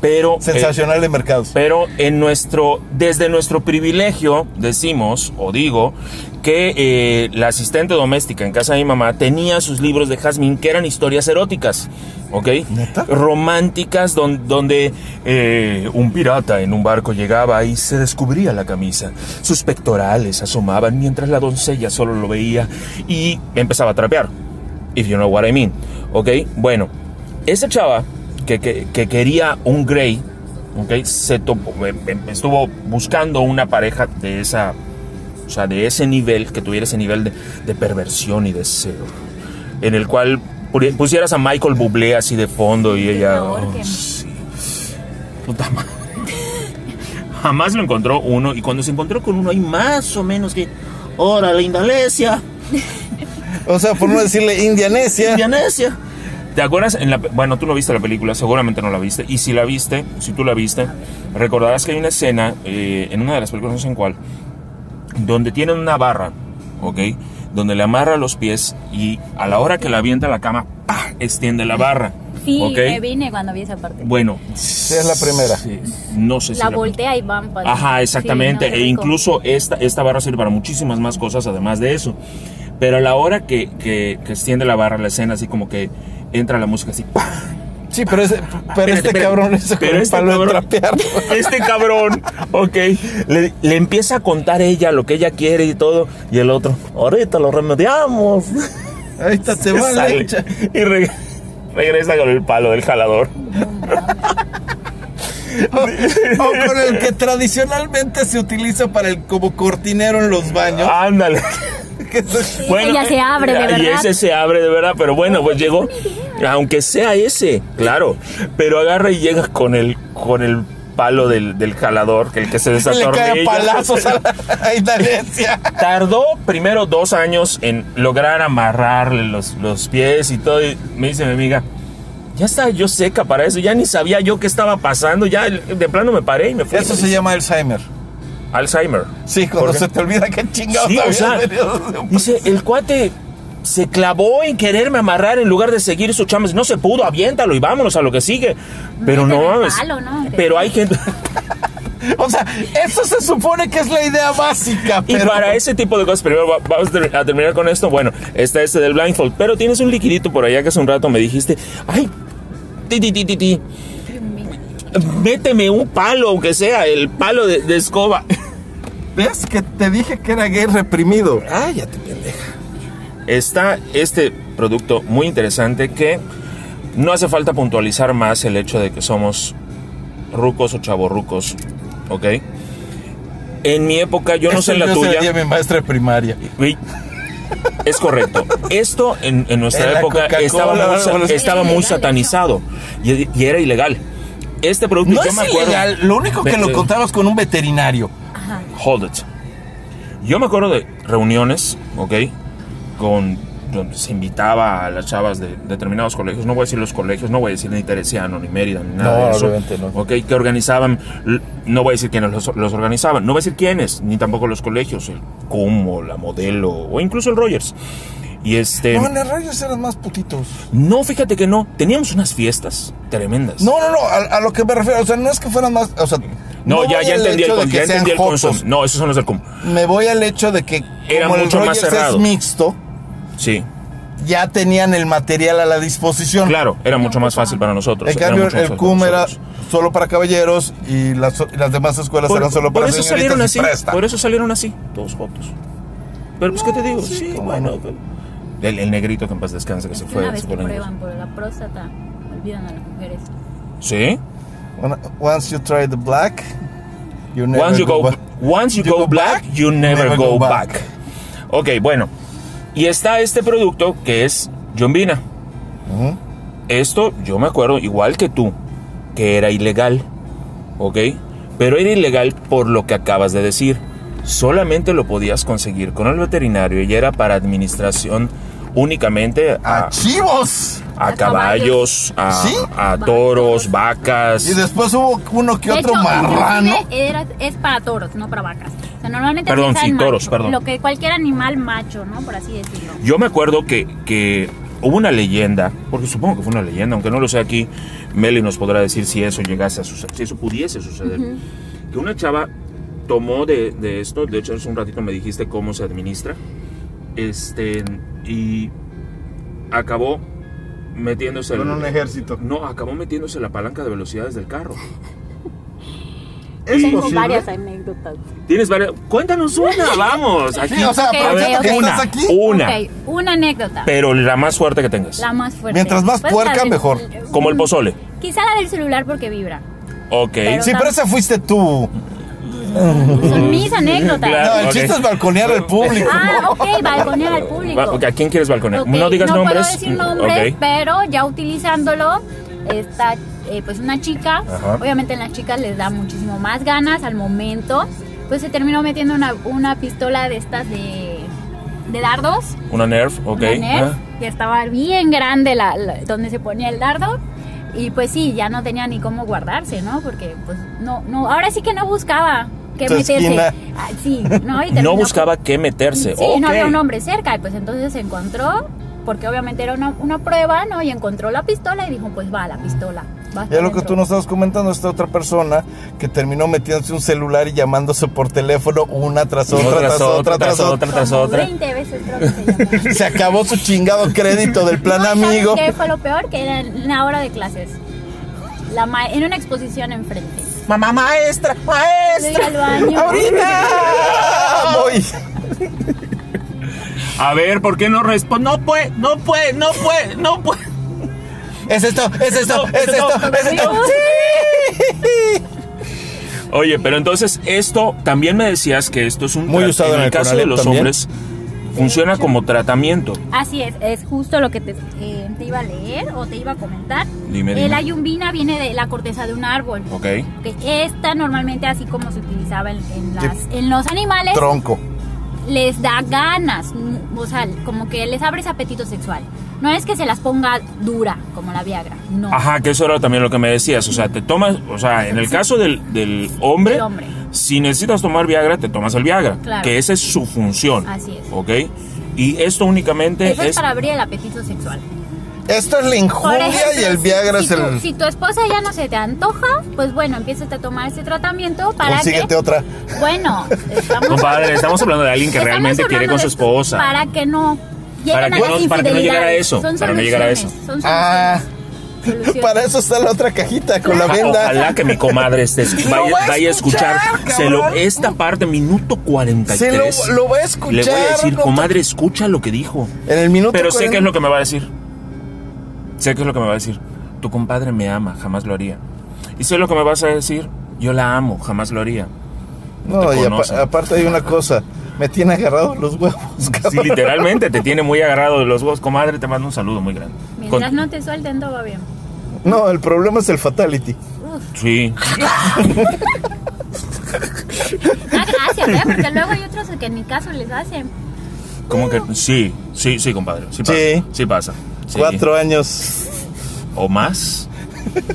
Pero... eh, Sensacional de mercados. pero en nuestro, desde nuestro privilegio decimos o digo que eh, la asistente doméstica en casa de mi mamá tenía sus libros de Jasmine que eran historias eróticas, ¿ok? ¿Neta? Románticas don- donde eh, un pirata en un barco llegaba y se descubría la camisa, sus pectorales asomaban mientras la doncella solo lo veía y empezaba a trapear, if you know what I mean, ¿ok? Bueno, esa chava que, que- que quería un Grey, ¿ok? Se topó- em- em- estuvo buscando una pareja de esa, o sea, de ese nivel, que tuviera ese nivel de, de perversión y deseo, en el cual puri- pusieras a Michael Bublé así de fondo y ella... favor, "Oh, que- sí". Puta madre. Jamás lo encontró uno y cuando se encontró con uno hay más o menos que... Órale, Indalesia, O sea, por no decirle Indianesia. Indianesia. ¿Te acuerdas? En la, bueno, tú no viste la película, seguramente no la viste. Y si la viste, si tú la viste, recordarás que hay una escena eh, en una de las películas, no sé en cuál, donde tienen una barra, ¿ok? Donde le amarra los pies y a la hora que la avienta a la cama, ¡pah! extiende la barra. Sí, ¿ok? me vine cuando vi esa parte. Bueno, es la primera. sí, no sé si la la- voltea y van para Ajá, exactamente. Sí, no, qué e rico. incluso esta, esta barra sirve para muchísimas más cosas además de eso. Pero a la hora que, que, que extiende la barra, la escena así como que entra la música así. ¡pah! Sí, pero, ese- pero Espérate, este espérate. cabrón es con Pero el este palo de cabrón- trapear. Este cabrón, ok. Le, le empieza a contar ella lo que ella quiere y todo. Y el otro, ahorita lo remediamos. Ahí está, se va la Sale hecha. y re- regresa con el palo del jalador. O con el que tradicionalmente se utiliza para el como cortinero en los baños. Ándale. que es- ya se abre, de ya- Y verdad. ese se abre de verdad, pero bueno, pues llegó, aunque sea ese, claro, pero agarra y llega con el, con el palo del, del jalador, que el que se le caen desatornilla. palazos a, la, a Indalecia. Tardó primero dos años en lograr amarrarle los, los pies y todo. y me dice mi amiga, ya está yo seca para eso, ya ni sabía yo qué estaba pasando, ya de plano me paré y me fui. Eso se llama Alzheimer. Alzheimer. Sí, cuando ¿Por qué? se te olvida que chingado Sí, o sea, dice, el cuate se clavó en quererme amarrar en lugar de seguir su chamba. No se pudo, aviéntalo y vámonos a lo que sigue. Pero Métele no el mames. palo, ¿no? Que- Pero hay gente. O sea, eso se supone que es la idea básica, Y pero para ese tipo de cosas, primero va- vamos a ter- a terminar con esto. Bueno, está este del blindfold. Pero tienes un liquidito por allá que hace un rato me dijiste. Ay, ti, ti, ti, ti, ti. Méteme un palo, aunque sea el palo de, de escoba. ves que te dije que era gay reprimido. Cállate, pendeja. Está este producto muy interesante que no hace falta puntualizar más el hecho de que somos rucos o chavorrucos, ¿ok? En mi época, yo no sé en la Ese día se veía tuya. mi maestra de primaria. Uy, Es correcto. Esto en, en nuestra En la época Coca-Cola, estaba muy, sa- o los- estaba muy Era ilegal, satanizado y, y era ilegal. Este producto No yo es me acuerdo- ilegal, lo único que Ve- lo eh, contabas con un veterinario. Hold it. Yo me acuerdo de reuniones, ¿ok? Con donde se invitaba a las chavas de determinados colegios, no voy a decir los colegios, no voy a decir ni Teresiano, ni Mérida, ni nada No, de eso. obviamente no. Ok, que organizaban, l- no voy a decir quiénes los, los organizaban, no voy a decir quiénes, ni tampoco los colegios, el CUM o la Modelo o incluso el Rogers. Y este. No, No, en las radios eran más putitos. fíjate que no, teníamos unas fiestas tremendas. No, no, no, a, a lo que me refiero, o sea, no es que fueran más, o sea, No, no ya, voy ya al entendí el, hecho de con- que ya sean entendí el jotos. consum. No, esos son los del CUM. Me voy al hecho de que Era como el mucho más Rogers es cerrado. mixto, Sí. ya tenían el material a la disposición. Claro, era mucho más fácil para nosotros. En era cambio, mucho más el fácil para CUM era nosotros. solo para caballeros y las, y las demás escuelas Por, eran solo por para eso señoritas salieron y así. presta. Por e- eso salieron así, todos fotos. Pero pues, ¿qué te digo? Sí, cómo bueno. pero- El, el negrito que en paz descanse, que se Una fue. vez se que fue la- prueban por la próstata, olvidan a las mujeres. Sí. When- Once you try the black, you never once you go go, back. once you, go, black, you never, go, back. Ok, bueno. Y está este producto que es Jombina. Esto yo me acuerdo, igual que tú, que era ilegal. ¿Ok? Pero era ilegal por lo que acabas de decir. Solamente lo podías conseguir con el veterinario y era para administración únicamente a, ¡Archivos! a A caballos, caballos. a, ¿Sí? a toros, vacas. Y después hubo uno que De otro hecho, marrano. inclusive Era, es para toros, no para vacas. O sea, normalmente Perdón, piensa sí, en toros, macho, perdón. Lo que cualquier animal macho, ¿no? Por así decirlo. Yo me acuerdo que, que hubo una leyenda, porque supongo que fue una leyenda, aunque no lo sé aquí, Meli nos podrá decir si eso llegase a suceder, si eso pudiese suceder. Que una chava tomó de, de esto, de hecho hace un ratito me dijiste cómo se administra, este, y acabó metiéndose... el- Con un ejército. no, acabó metiéndose la palanca de velocidades del carro. ¿Es Tengo posible? varias anécdotas. Tienes varias... Cuéntanos una, vamos. Aquí. Sí, o sea, Ok, aprovechando ok, que ok. estás aquí. Una. Ok, una anécdota. Pero la más fuerte que tengas. La más fuerte. Pues, Mientras más la puerca, del- mejor. Como el pozole. Quizá la del celular porque vibra. Ok. Pero- Sí, pero esa fuiste tú. Son mis anécdotas. Claro. No, el ok. chiste es balconear al público. Ah, ok, balconear al público. Va- ok, ¿A quién quieres balconear? Ok, No digas nombres. Mm, puedo decir nombres, Ok. pero ya utilizándolo, está eh, pues una chica, Ajá. obviamente en las chicas les da muchísimo más ganas al momento, pues se terminó metiendo una, una pistola de estas de, de dardos, Una Nerf, ok. una Nerf, Ah. que estaba bien grande la, la- donde se ponía el dardo. Y pues sí, ya no tenía ni cómo guardarse, ¿no? Porque pues no, no, ahora sí que no buscaba. qué tu meterse. esquina. Ah, sí, no, y terminó- No buscaba qué meterse. Sí, no había Ok. un hombre cerca, y pues entonces se encontró, porque obviamente era una, una prueba, ¿no? Y encontró la pistola y dijo, pues va, la pistola. va hasta Ya lo que adentro. tú nos estabas comentando, esta otra persona que terminó metiéndose un celular y llamándose por teléfono una tras otra, tras otra, tras otra. tras Como otra. 20 veces creo que se llamó. Se acabó su chingado crédito del plan No, ¿sabes amigo. ¿Qué fue lo peor? Que era en la hora de clases. La ma- en una exposición enfrente. Mamá maestra, Yo maestra. iba al baño. ¡Ahorita! Voy. A ver, ¿por qué no responde? No puede, no puede, no puede, no puede. Es esto, es esto, es esto, es esto. ¡Sí! Oye, pero entonces esto también me decías que esto es un Muy tra- usado en el el caso de Conalep los también. hombres funciona como tratamiento. Así es, es justo lo que te, eh, te iba a leer o te iba a comentar. Dime, dime. La yumbina viene de la corteza de un árbol. Ok. Que Esta normalmente así como se utilizaba en, en las- en los animales, Tronco. les da ganas, mm, o sea, como que les abre ese apetito sexual. No es que se las ponga dura como la Viagra, no. Ajá, que eso era también lo que me decías. O sea, te tomas, o sea, en el caso del, del hombre, Del hombre. si necesitas tomar Viagra, te tomas el Viagra. Claro. Que esa es su función. Así es. Ok. Y esto únicamente Eso es es. para abrir el apetito sexual. Esto es la Por injuria ejemplo, y el Viagra si, es el. tu, si tu esposa ya no se te antoja, pues bueno, empiezas a tomar ese tratamiento para Consíguete que... otra. Bueno, estamos... Compadre, estamos hablando de alguien que estamos realmente quiere hablando con de su esto esposa. Para que no... lleguen Para que a las no- para que no infidelidades. llegara a eso, Son para no llegar a eso. soluciones, son Ah. soluciones. Para eso está la otra cajita con la Oja- venda. Ojalá que mi comadre esté, vaya, va a vaya a escuchar. escuchar, se lo, cabrón. esta parte, minuto 43. Se lo- lo va a escuchar, Le voy a decir, no te- comadre, escucha lo que dijo. En el minuto. Pero sé 40. que es lo que me va a decir. Sé que es lo que me va a decir. Tu compadre me ama, jamás lo haría. Y sé lo que me vas a decir. Yo la amo, jamás lo haría. No, te y apa- conocen. aparte hay una cosa. Me tiene agarrado los huevos, Sí, cabrón. literalmente te tiene muy agarrado de los huevos. Comadre, te mando un saludo muy grande. Mientras Con- no te suelten, todo va bien. No, el problema es el fatality. Sí. Ah, gracias, ¿eh? Porque luego hay otros que en mi caso les hacen. Como que sí, sí, sí, compadre. Sí pasa. Sí, Sí. pasa. Sí. Cuatro años. o más.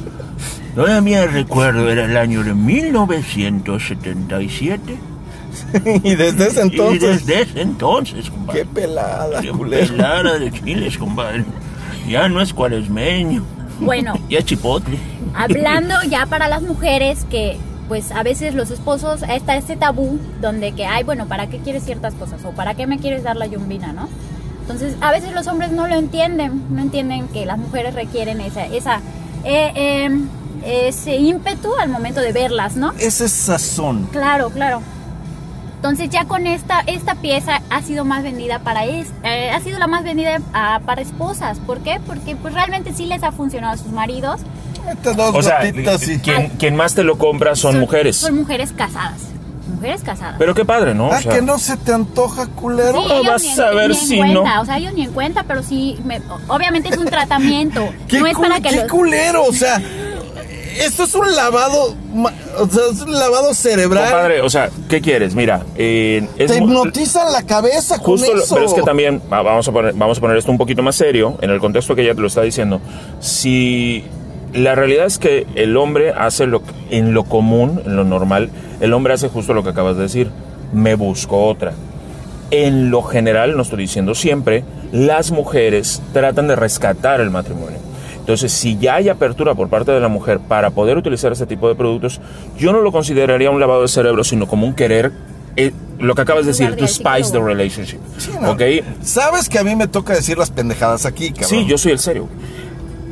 Todavía recuerdo, era el año de 1977. y desde ese Y entonces. desde ese entonces, Qué compadre. pelada, Qué culero. pelada de chiles, compadre. Ya no es cuaresmeño, Bueno, ya es chipotle. Hablando ya para las mujeres que pues a veces los esposos está este tabú donde que ay bueno para qué quieres ciertas cosas o para qué me quieres dar la yumbina no entonces a veces los hombres no lo entienden no entienden que las mujeres requieren esa esa eh, eh, ese ímpetu al momento de verlas no Ese sazón. Claro, claro. Entonces ya con esta esta pieza ha sido más vendida para es- eh, ha sido la más vendida ah, para esposas. ¿Por qué? Porque pues realmente sí les ha funcionado a sus maridos. Estas dos O sea, gotitas y- quien, quien más te lo compra son, mujeres. Son mujeres casadas. Mujeres casadas. Pero qué padre, ¿no? O Ah, sea, que no se te antoja, culero. ¿cómo ellos vas ni en- a ver ni en si cuenta, no? O sea, ellos ni en cuenta, pero sí, me- obviamente es un tratamiento. ¿Qué, no es cu- para que qué los... culero, o sea, esto es un lavado, ma- o sea, es un lavado cerebral. Compadre, o sea, ¿qué quieres? Mira, eh, es Te mu- hipnotizan la cabeza con Justo, lo- eso. pero es que también va- vamos a, poner, vamos a poner esto un poquito más serio en el contexto que ella te lo está diciendo. Si la realidad es que el hombre hace lo que- en lo común, en lo normal, el hombre hace justo lo que acabas de decir, me busco otra. En lo general, no estoy diciendo siempre, las mujeres tratan de rescatar el matrimonio. Entonces, si ya hay apertura por parte de la mujer para poder utilizar este tipo de productos, yo no lo consideraría un lavado de cerebro, sino como un querer, eh, lo que acabas de decir, Lugar to del spice the psicólogo. relationship. Sí, no. ¿Ok? Sabes que a mí me toca decir las pendejadas aquí, cabrón. Sí, yo soy el serio.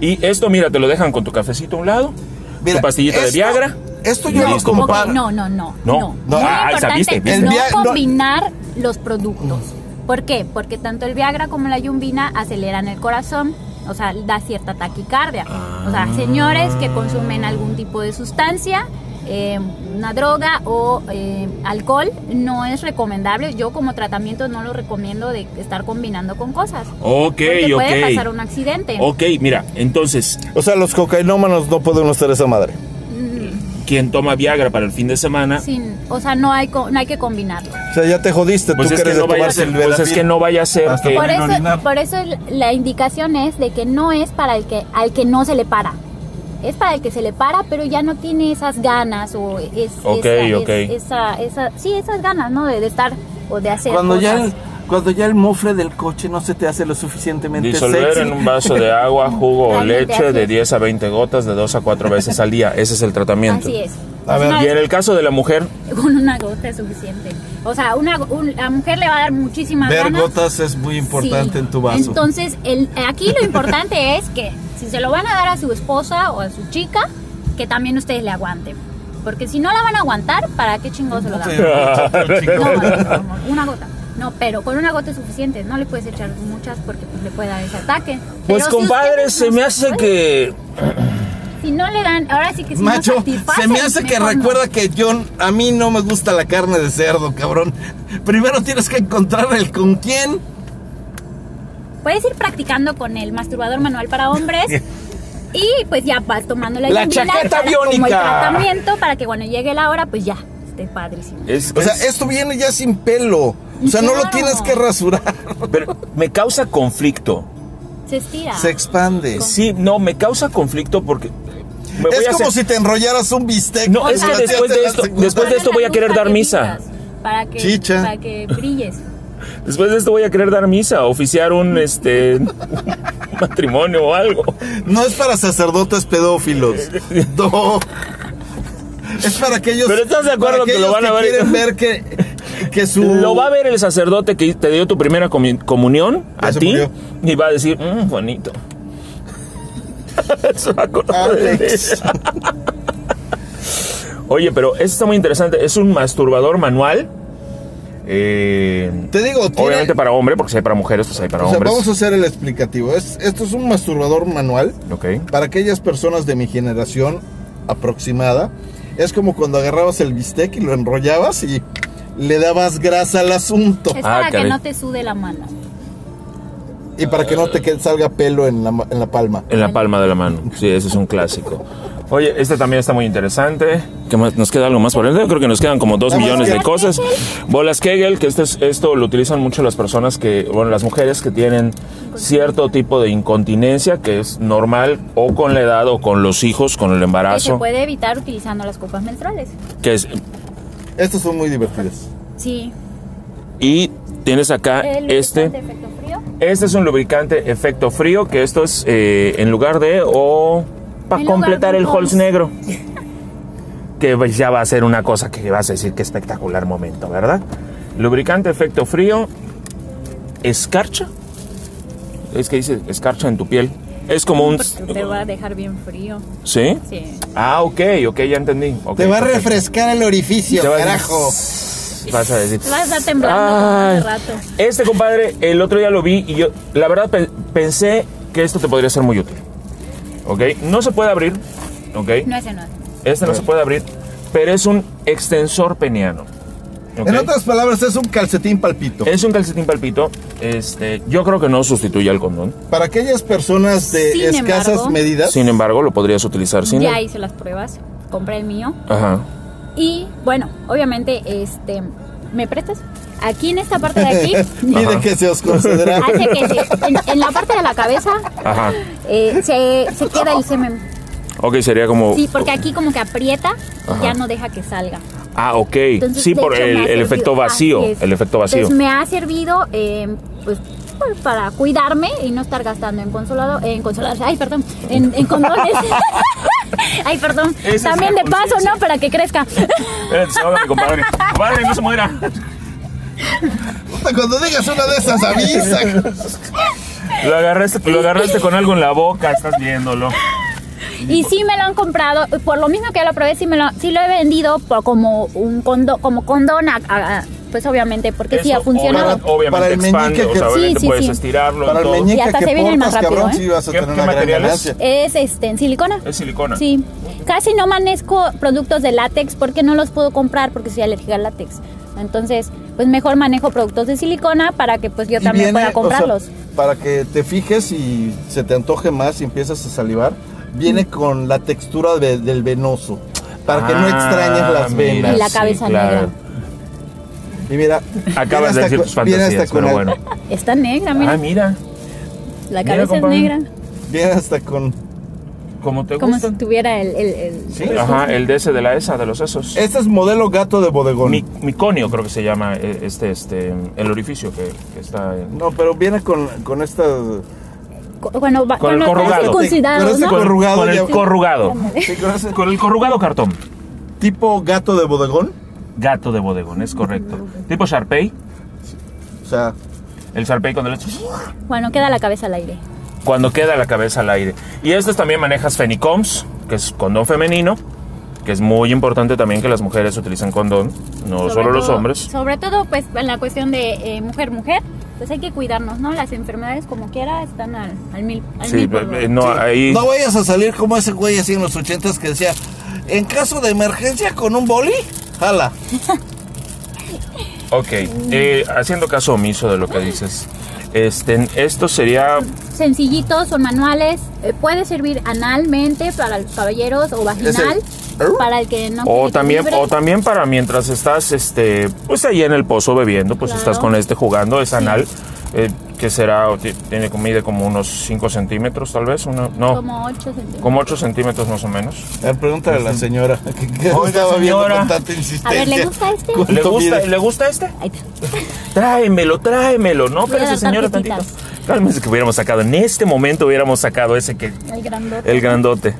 Y esto, mira, te lo dejan con tu cafecito a un lado, Mira, tu pastillita de esto- Viagra. Esto y yo lo listo. Ok, comparo. no, no, no. No, No, no, Muy ah, esa, importante viste, viste. no El Via- no- combinar los productos. ¿Por qué? Porque tanto el Viagra como la Yumbina aceleran el corazón, o sea, da cierta taquicardia. O sea, señores que consumen algún tipo de sustancia, eh, una droga o eh, alcohol, no es recomendable. Yo como tratamiento no lo recomiendo de estar combinando con cosas. Ok, porque puede pasar ok. un accidente. Ok, mira, entonces, O sea, los cocainómanos no pueden usar esa madre. quien toma Viagra para el fin de semana, Sin- o sea, no hay, co- no hay que combinarlo. O sea, ya te jodiste. pues, tú es que, eres de no vaya a tomarse ser, el pues es Benadryl. que no vaya a ser Hasta que... Por Pueden eso, orinar. por eso la indicación es de que no es para el que al que no se le para. es para el que se le para, pero ya no tiene esas ganas o es, Ok, esa, ok. es- esa, esa- sí, esas ganas, ¿no? De, de estar o de hacer Cuando ya, cosas. el, cuando ya el mofle del coche no se te hace lo suficientemente Disolver sexy. en un vaso de agua, jugo o Realmente leche así de es. 10 a 20 gotas de 2 a 4 veces al día. Ese es el tratamiento. Así es. Pues A ver, Una Y en el caso de la mujer, Con una gota es suficiente. O sea, una, go- un- la mujer le va a dar muchísimas Ver ganas. gotas es muy importante Sí. en tu vaso. Entonces, el, aquí lo importante es que si se lo van a dar a su esposa o a su chica, que también ustedes le aguanten. Porque si no la van a aguantar, ¿para qué chingados se lo dan? No, Chico, no, no, no, una gota. No, pero con una gota es suficiente. No le puedes echar muchas porque pues, le puede dar ese ataque. pues Pero si compadre, ustedes se no me hace pueden, que pues, Si no le dan, ahora sí que si no Macho, satisfacen, se me hace que mejor no. recuerda que John, a mí no me gusta la carne de cerdo, cabrón. Primero tienes que encontrar el con quién. Puedes ir practicando con el masturbador manual para hombres. Y pues ya vas tomando la, La Invila chaqueta para- como el biónica. tratamiento para que cuando llegue la hora, pues ya, esté padrísimo. es, O sea, es- esto viene ya sin pelo. O sea, no lo Claro. tienes que rasurar. pero me causa conflicto. Se estira. Se expande. Sí, no, me causa conflicto porque me voy Es a como hacer- si te enrollaras un bistec. No, es que Así después hace de la esto- secundaria. después de esto voy a querer dar misa. Para que, Chicha. para que brilles. Después de esto voy a querer dar misa, oficiar un este matrimonio o algo. No es para sacerdotes pedófilos. No. Es para aquellos. Pero ¿estás de acuerdo para que lo aquellos van a ver? Quieren ver que, que su. Lo va a ver el sacerdote que te dio tu primera comi- comunión Ya a se ti murió. y va a decir, mmm, bonito. Se va a acordar de Alex. Oye, pero esto está muy interesante. Es un masturbador manual. Eh, Te digo, tiene- obviamente para hombre, porque si hay para mujeres, pues hay para O sea, hombres. vamos a hacer el explicativo. Es, esto es un masturbador manual Ok. para aquellas personas de mi generación aproximada. Es como cuando agarrabas el bistec y lo enrollabas y le dabas grasa al asunto. Es Ah, para que caray. no te sude la mano. Y para que no te quede- salga pelo en la, ma- en la palma. En la palma de la mano. Sí, ese es un clásico. Oye, este también está muy interesante. ¿Qué más? ¿Nos queda algo más por el dedo? Creo que nos quedan como dos Vamos, millones de Bolas cosas. Bolas Kegel, que esto, es- esto lo utilizan mucho las personas que, bueno, las mujeres que tienen cierto tipo de incontinencia, que es normal o con la edad o con los hijos, con el Que se embarazo. puede evitar utilizando las copas menstruales. Que es, Estos son muy divertidos. Sí. y tienes acá El este. lubricante efecto frío. Este es un lubricante efecto frío, que esto es eh, en lugar de o para En lugar completar de el un Halls Halls. negro. Que pues, ya va a ser una cosa que vas a decir que espectacular momento, ¿verdad? Lubricante efecto frío, escarcha. Es que dice escarcha en tu piel. Es como un... Porque Pues, te va a dejar bien frío. ¿Sí? Sí. Ah, ok, ok, ya entendí. Ok, te va a perfecto. refrescar el orificio, Te va a- carajo. Vas a decir... Te vas a estar temblando como Ay. hace rato. Este compadre, el otro día lo vi y yo, la verdad, pe- pensé que esto te podría ser muy útil. ¿Ok? No se puede abrir. ¿Ok? No, ese no. es. Este no se puede abrir, pero es un extensor peniano. ¿ok? En otras palabras, es un calcetín palpito. Es un calcetín palpito. Este, yo creo que no sustituye al condón. Para aquellas personas de Sin escasas embargo- medidas, Sin embargo, lo podrías utilizar sin. Ya él. hice las pruebas. Compré el mío. Ajá. Y bueno, obviamente, este. ¿Me prestas? Aquí en esta parte de aquí. pide Ajá. que se os concederá. hace que se- en, en la parte de la cabeza. Ajá. eh, se, se queda el semen. Ok, sería como. Sí, porque aquí como que aprieta y ya no deja que salga. Ah, ok. Entonces, sí, de por hecho, el, me ha el servido- efecto vacío. así es. El efecto vacío. Entonces, me ha servido eh, pues, pues, para cuidarme y no estar gastando en consolado, en consoladores, ay, perdón, en, en condones. ay, perdón. Esa es También la de paso, conciencia. ¿no? Para que crezca. Espérate, se ahoga mi compadre. Compadre, no se muera. Cuando digas una de esas, avisa. Lo agarraste, lo agarraste con algo en la boca, estás viéndolo. Y sí me lo han comprado, por lo mismo que ya lo probé, sí, me lo, sí lo he vendido por como un condo, como condón, a- a- a- pues obviamente, porque sí Eso ha funcionado. obvia- Obviamente Para el expande, meñique o que- sea, Sí, obviamente sí, puedes sí. estirarlo. Para el todo. meñique Y hasta que se vienen portas, más rápido, cabrón, ¿eh? sí vas a ¿Qué- tener qué una gran material es? ganancia. Es este, en silicona. Es silicona. Sí. Casi no manejo productos de látex porque no los puedo comprar porque soy alérgica al látex. Entonces, pues mejor manejo productos de silicona para que pues yo Y también viene, pueda comprarlos. o sea, para que te fijes y se te antoje más y empiezas a salivar, Mm. viene con la textura de- del venoso. Para que no Ah, extrañes las mira, venas. Y la cabeza negra. Y mira, Acabas de viene hasta decir con- tus viene hasta fantasías, con pero al- bueno. Está negra, mira. Ah, mira. mira, la cabeza es compadre. negra. Viene hasta con como te Como si gustan. tuviera el... el- el- Sí, ajá, el de ese de la ESA, de los esos. Este es modelo gato de bodegón. Mi- miconio creo que se llama eh, este, este, el orificio que, que está en... No, pero viene con, con esta... cu- Cuando, va- Con el cuando están corrugado. Con circuncidados, este ¿no? Con, Corrugado con el ya- corrugado. Sí, con ese Con el corrugado cartón. tipo gato de bodegón. Gato de bodegón, es correcto. Tipo Sharpei. O sea, El Sharpei cuando le... Bueno, queda la cabeza al aire. Cuando queda la cabeza al aire. Y estos también manejas Fenicoms, que es condón femenino, que es muy importante también que las mujeres utilicen condón, no Sobre solo los todo- hombres. Sobre todo, pues, en la cuestión de mujer-mujer, pues hay que cuidarnos, ¿no? Las enfermedades, como quiera, están al, al mil. al Sí, mil por eh, hora. no, ahí... no vayas a salir como ese güey así en los ochentas que decía, en caso de emergencia con un boli, jala. Ok, eh, haciendo caso omiso de lo que dices, este, esto sería Sencillitos, son manuales. eh, puede servir analmente para los caballeros o vaginal para el que no o quiere también libre. o también para mientras estás, este, pues ahí en el pozo bebiendo, pues Claro. estás con este jugando, es anal, eh, que será o ti- tiene comida como unos 5 centímetros tal vez, una- no, como 8 centímetros. como 8 centímetros más o menos. Eh, pregúntale a la señora. que- que Oiga, estaba viendo señora. con tanta Este, A ver, ¿le insistencia. gusta este? Con- ¿Le ¿Cuánto gusta, mide? ¿Le gusta este? Ahí está. Tráemelo, tráemelo, no, Voy a espérese dar señora tantito. tarjetitas. Cálmese que hubiéramos sacado, en este momento hubiéramos sacado ese que, El grandote. el grandote.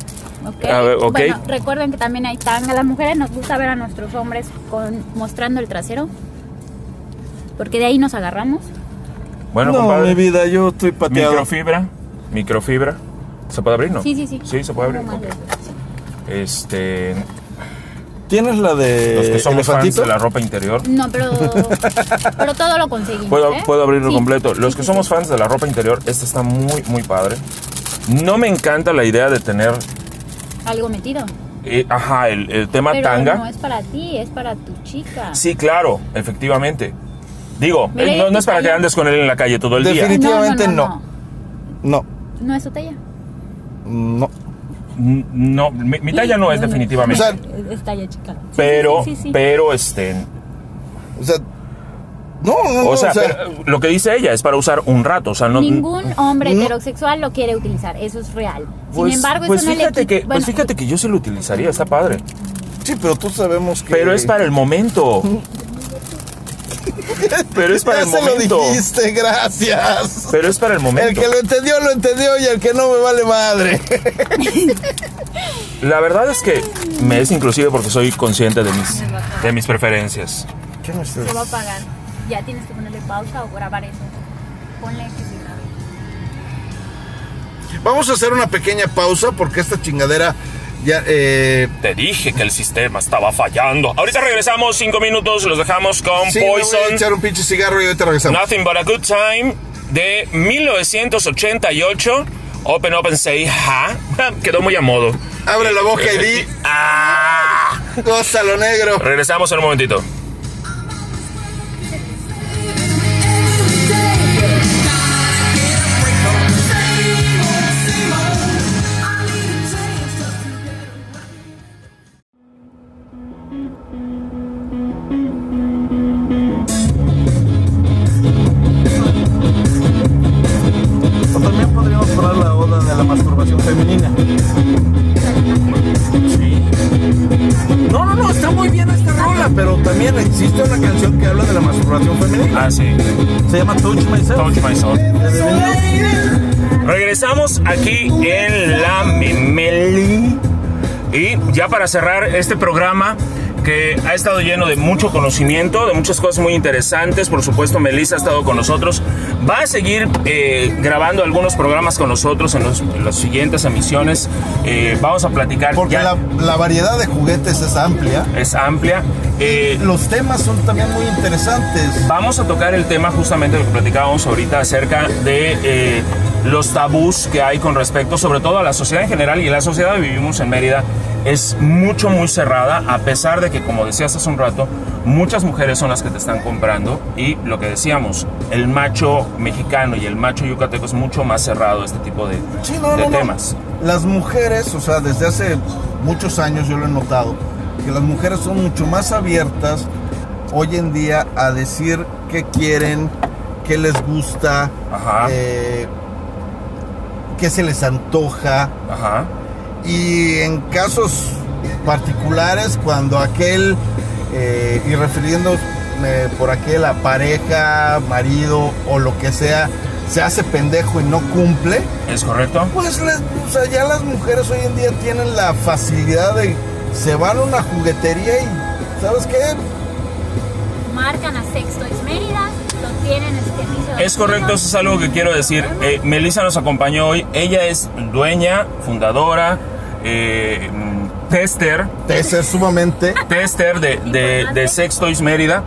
Ok. A ver, ok. Bueno, recuerden que también hay tanga. Las mujeres nos gusta ver a nuestros hombres con, mostrando el trasero. Porque de ahí nos agarramos. Bueno, No, compadre. mi vida, yo estoy pateado. Microfibra, microfibra. ¿Se puede abrir, no? Sí, sí, sí. Sí, se puede abrir. Como madre. ok. Este, ¿Tienes la de los que somos fans Eh, elefantito? de la ropa interior. No, pero, pero todo lo conseguimos. Puedo, ¿eh? puedo abrirlo Sí. completo. Los Sí, que sí, somos sí. fans de la ropa interior, este está muy, muy padre. No me encanta la idea de tener, Algo metido. eh, ajá, el, el tema Pero tanga. no es para ti, es para tu chica. Sí, claro, efectivamente. Digo, Mira, eh, no, no es para está que bien. andes con él en la calle todo el día. Definit- definitivamente Ah, no. no. No, No es tu talla. no. N- No, mi, mi talla no es definitivamente. O sea, Es- Eh, Es talla chica. Sí, pero, sí, sí, sí. pero, este, O sea, no, no, no, o sea, pero, lo que dice ella es para usar un rato, o sea, no. Ningún hombre heterosexual lo quiere utilizar, eso es real. Pues- Sin embargo, pues eso no fíjate le quita- que, bueno, pues fíjate que yo sí lo utilizaría, está padre. sí, pero tú sabemos que... Pero es para el momento. Pero es para ya el se momento. lo dijiste, gracias. Pero es para el El momento. que lo entendió, lo entendió y el que no me vale madre. La verdad es que me es inclusive porque soy consciente de mis, de mis preferencias. ¿Qué me estás- se va a pagar. Ya tienes que ponerle pausa o grabar eso. Ponle que se grabe. Vamos a hacer una pequeña pausa porque esta chingadera ya... Eh, Te dije que el sistema estaba fallando. Ahorita regresamos cinco minutos, los dejamos con sí, me voy a Poison. echar un pinche cigarro y ahorita regresamos. Nothing but a good time de 1988. Open Open Say Ha. Ah, Quedó muy a modo. Abre la boca y di, Ah. cosa lo negro. Regresamos en un momentito. O también podríamos probar la oda de la masturbación femenina. No, no, no, está muy bien esta rola, pero también existe una canción que habla de la masturbación femenina. Ah, sí. Se llama Touch Myself. Touch my soul. de The Beatles. Regresamos aquí en La Memeli. Y ya para cerrar este programa que ha estado lleno de mucho conocimiento, de muchas cosas muy interesantes. Por supuesto, Melissa ha estado con nosotros. Va a seguir eh, grabando algunos programas con nosotros en, los- en las siguientes emisiones. Eh, vamos a platicar. Porque ya la, la variedad de juguetes es amplia. es amplia. Eh, Los temas son también muy interesantes. Vamos a tocar el tema justamente del que platicábamos ahorita acerca de eh, los tabús que hay con respecto, sobre todo a la sociedad en general y la sociedad que vivimos en Mérida es mucho, muy cerrada, a pesar de que, como decías hace un rato, muchas mujeres son las que te están comprando y lo que decíamos, el macho mexicano y el macho yucateco es mucho más cerrado a este tipo de, Sí, no, de no, no. temas. Las mujeres, o sea, desde hace muchos años yo lo he notado, que las mujeres son mucho más abiertas hoy en día a decir qué quieren, qué les gusta, Ajá. eh, qué se les antoja. Ajá. Y en casos particulares, cuando aquel, eh, y refiriéndome eh, por aquel a pareja, marido o lo que sea, se hace pendejo y no cumple, ¿Es correcto? pues les- o sea, ya las mujeres hoy en día tienen la facilidad de se van a una juguetería y ¿sabes qué? Marcan a Sexto es Mérida, lo tienen en este su servicio. de Es correcto, destino. eso es algo que quiero decir. Eh, Melissa nos acompañó hoy. Ella es dueña, fundadora, eh, mm, tester, De ser sumamente tester de, de, de Sex Toys Mérida.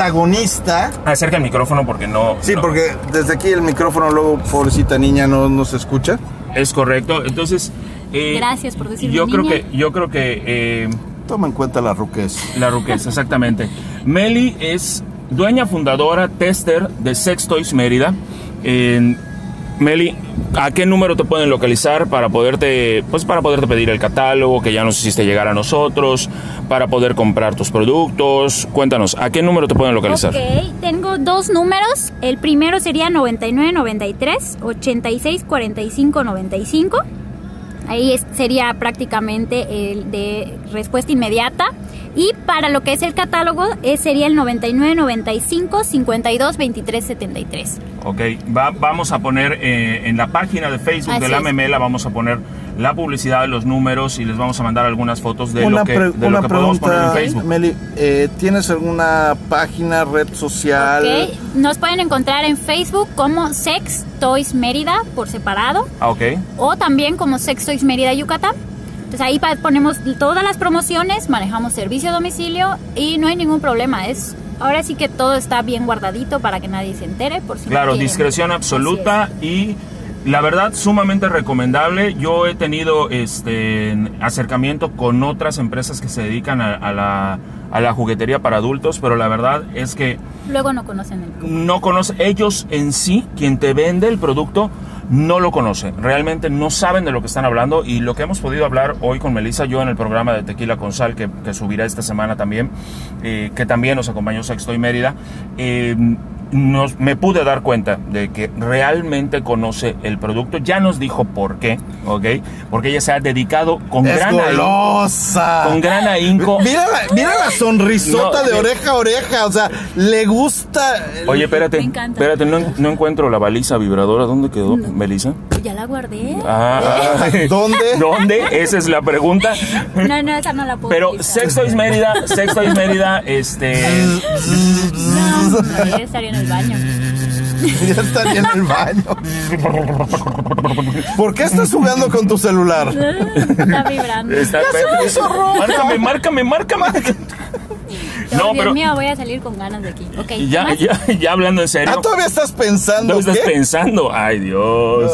protagonista. Acerca el micrófono porque no. Sí, no- porque desde aquí el micrófono luego, pobrecita niña, no nos escucha. Es correcto. Entonces. eh, Gracias por decirme Yo creo niña. que, yo creo que eh, Toma en cuenta la ruquez. la ruqueza, exactamente. Meli es dueña fundadora, tester de Sex Toys Mérida. En- Meli, ¿a qué número te pueden localizar para poderte, pues para poderte pedir el catálogo que ya nos hiciste llegar a nosotros, para poder comprar tus productos? Cuéntanos, ¿a qué número te pueden localizar? Ok, tengo dos números. El primero sería 9993 8645 95. Ahí es- sería prácticamente el de respuesta inmediata. Y para lo que es el catálogo eh, sería el 9995 52 23 73. Ok, va- vamos a poner eh, en la página de Facebook Así de la es. Memela, vamos a poner la publicidad de los números y les vamos a mandar algunas fotos de lo una que, pre- de una lo que podemos poner en pregunta, Facebook. Meli, eh, ¿tienes alguna página, red social? Ok, nos pueden encontrar en Facebook como Sex Toys Mérida por separado. Ah, ok. o también como Sexto X Mérida Yucatán. Entonces ahí pa- ponemos todas las promociones, manejamos servicio a domicilio y no hay ningún problema. Es ahora sí que todo está bien guardadito para que nadie se entere por si Claro, no quieren. discreción absoluta y la verdad sumamente recomendable. Yo he tenido este acercamiento con otras empresas que se dedican a, a la, a la juguetería para adultos, pero la verdad es que Así es. Luego no conocen el no conoce, ellos en sí, quien te vende el producto, no lo conoce. Realmente no saben de lo que están hablando y lo que hemos podido hablar hoy con Melissa, yo en el programa de Tequila con Sal, que, que subirá esta semana también, eh, que también nos acompañó Sexto y Mérida, eh, nos, me pude dar cuenta de que realmente conoce el producto. Ya nos dijo por qué, ¿ok? Porque ella se ha dedicado con, Es gran, ahín- golosa. con gran ahínco. Mira la, mira la sonrisota No, de eh. oreja a oreja, o sea, le gusta. Oye, espérate, Me encanta. espérate, no, no encuentro la baliza vibradora. ¿Dónde quedó, Melissa? Ya la guardé. Ah, ah. ¿Dónde? ¿Dónde? Esa es la pregunta. No, no, esa no la puedo Pero utilizar. Sexto is Mérida, Sexto is Mérida, este. No, hombre, ya estaría en el baño. Ya estaría en el baño. ¿Por qué estás jugando con tu celular? Está vibrando. Está, márcame, márcame, márcame. No, Dios pero mío, voy a salir con ganas de aquí. Ok, ¿qué ya, más? ya, ya hablando en Ah, serio. todavía estás pensando. ¿Dónde estás ¿qué? pensando? Ay, Dios.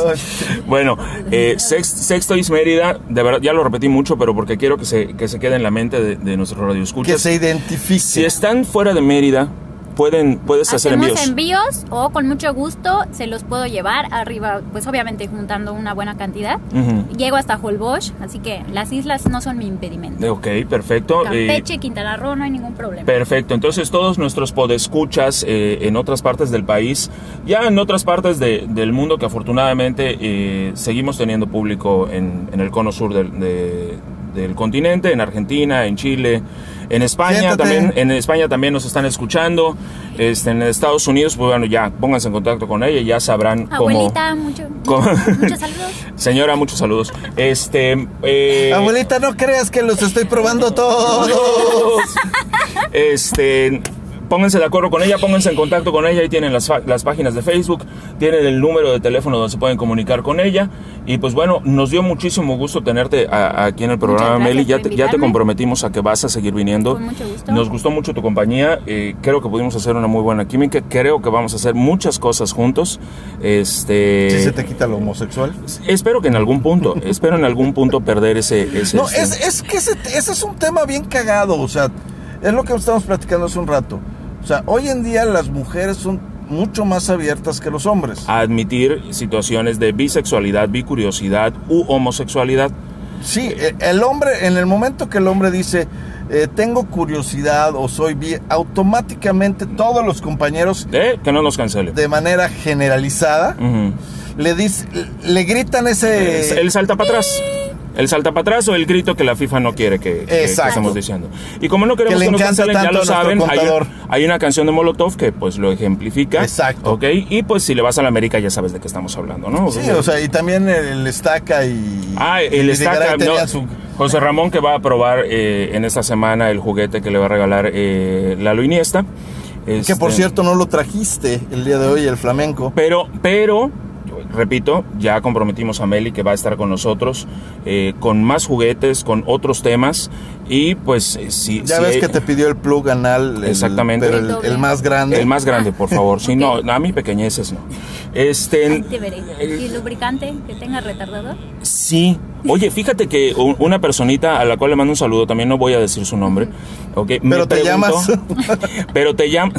Bueno, eh, Sex- Sexto is Mérida, de verdad, ya lo repetí mucho, pero porque quiero que se, que se quede en la mente de, de nuestro radio que este. se identifique. Si están fuera de Mérida, pueden, puedes hacer Hacemos envíos. envíos o con mucho gusto se los puedo llevar arriba, pues obviamente juntando una buena cantidad. Ujú. Llego hasta Holbox, así que las islas no son mi impedimento. Eh, Ok, perfecto. Eh, Campeche, Quintana Roo, no hay ningún problema. Perfecto, entonces todos nuestros podescuchas eh, en otras partes del país, ya en otras partes de- del mundo que afortunadamente eh, seguimos teniendo público en, en el cono sur del, de- del continente, en Argentina, en Chile, en España Siéntate. también, en España también nos están escuchando, este, en Estados Unidos, pues bueno, ya pónganse en contacto con ella, y ya sabrán cómo... Abuelita, mucho, cómo- muchos saludos. Señora, muchos saludos. Este, eh, Abuelita, no creas que los estoy probando todo. Este, pónganse de acuerdo con ella, pónganse en contacto con ella. Ahí tienen las, fa- las páginas de Facebook, tienen el número de teléfono donde se pueden comunicar con ella. Y pues bueno, nos dio muchísimo gusto tenerte a- aquí en el programa, gracias Meli. Ya por te, ya te invitarme. comprometimos a que vas a seguir viniendo. Con mucho gusto. Nos gustó mucho tu compañía. eh, creo que pudimos hacer una muy buena química. Creo que vamos a hacer muchas cosas juntos. Este. Si se te quita lo homosexual. Espero que en algún punto, espero en algún punto perder ese... ese No, este- es, es que ese, ese es un tema bien cagado, o sea, es lo que estamos platicando hace un rato. O sea, hoy en día las mujeres son mucho más abiertas que los hombres. a admitir situaciones de bisexualidad, bicuriosidad u homosexualidad. Sí, eh, el hombre, en el momento que el hombre dice, eh, tengo curiosidad o soy bi, automáticamente todos los compañeros, Eh, que no nos cancelen. de manera generalizada, Ujú. le, dice, le gritan ese... Él salta para atrás. El salta para atrás o el grito que la FIFA no quiere que, que- que Exacto. estemos diciendo. Y como no queremos Que que, le nos encanta cancelen, ya tanto lo a nuestro saben, hay, un- contador. hay una canción de Molotov que pues lo ejemplifica. Exacto. ¿Ok? Y pues si le vas a la América ya sabes de qué estamos hablando, ¿no? Sí, o sea, y también el, el estaca y. Ah, y el de estaca. Garay tenía no. su- José Ramón que va a probar eh, en esta semana el juguete que le va a regalar eh, Lalo Iniesta. Que por Este, cierto no lo trajiste el día de hoy, el flamenco. Pero, pero, repito, ya comprometimos a Meli que va a estar con nosotros eh, con más juguetes, con otros temas. Y pues, eh, si. Ya si ves hay- que te pidió el plug anal. el- Exactamente. Pero el- el, más grande. El más grande, por favor. Si no, a mí pequeñeces no. Este. Ahí te veré. Y lubricante que tenga retardador. Sí. Oye, fíjate que u- una personita a la cual le mando un saludo, también no voy a decir su nombre, ¿ok? me Pero te llamas. pero te llama,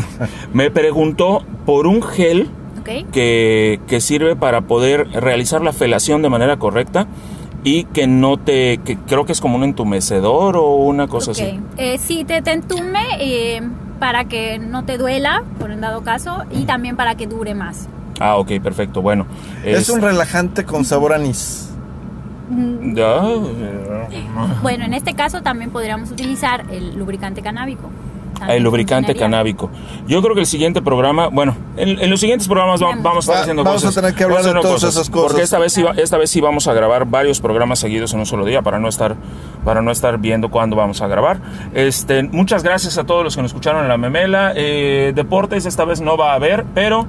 me preguntó por un gel ¿Ok? que, que sirve para poder realizar la felación de manera correcta y que no te, que creo que es como un entumecedor o una cosa Ok. así. Eh, sí, te, te entume eh, para que no te duela, por en dado caso, y también para que dure más. Ah, ok, perfecto. Bueno, Es un relajante con sabor anís. Mm, ya, eh, Bueno, en este caso también podríamos utilizar el lubricante canábico. También el lubricante funcionaría. canábico. Yo creo que el siguiente programa, bueno, en, en los siguientes programas va- Vamos. vamos a estar Va- haciendo vamos a cosas. tener que hablar vamos a de hacer todas esas cosas. Porque esta vez, sí, va- esta vez sí vamos a grabar varios programas seguidos en un solo día para no estar, para no estar viendo cuándo vamos a grabar. Este, muchas gracias a todos los que nos escucharon en la memela. Eh, deportes esta vez no va a haber, pero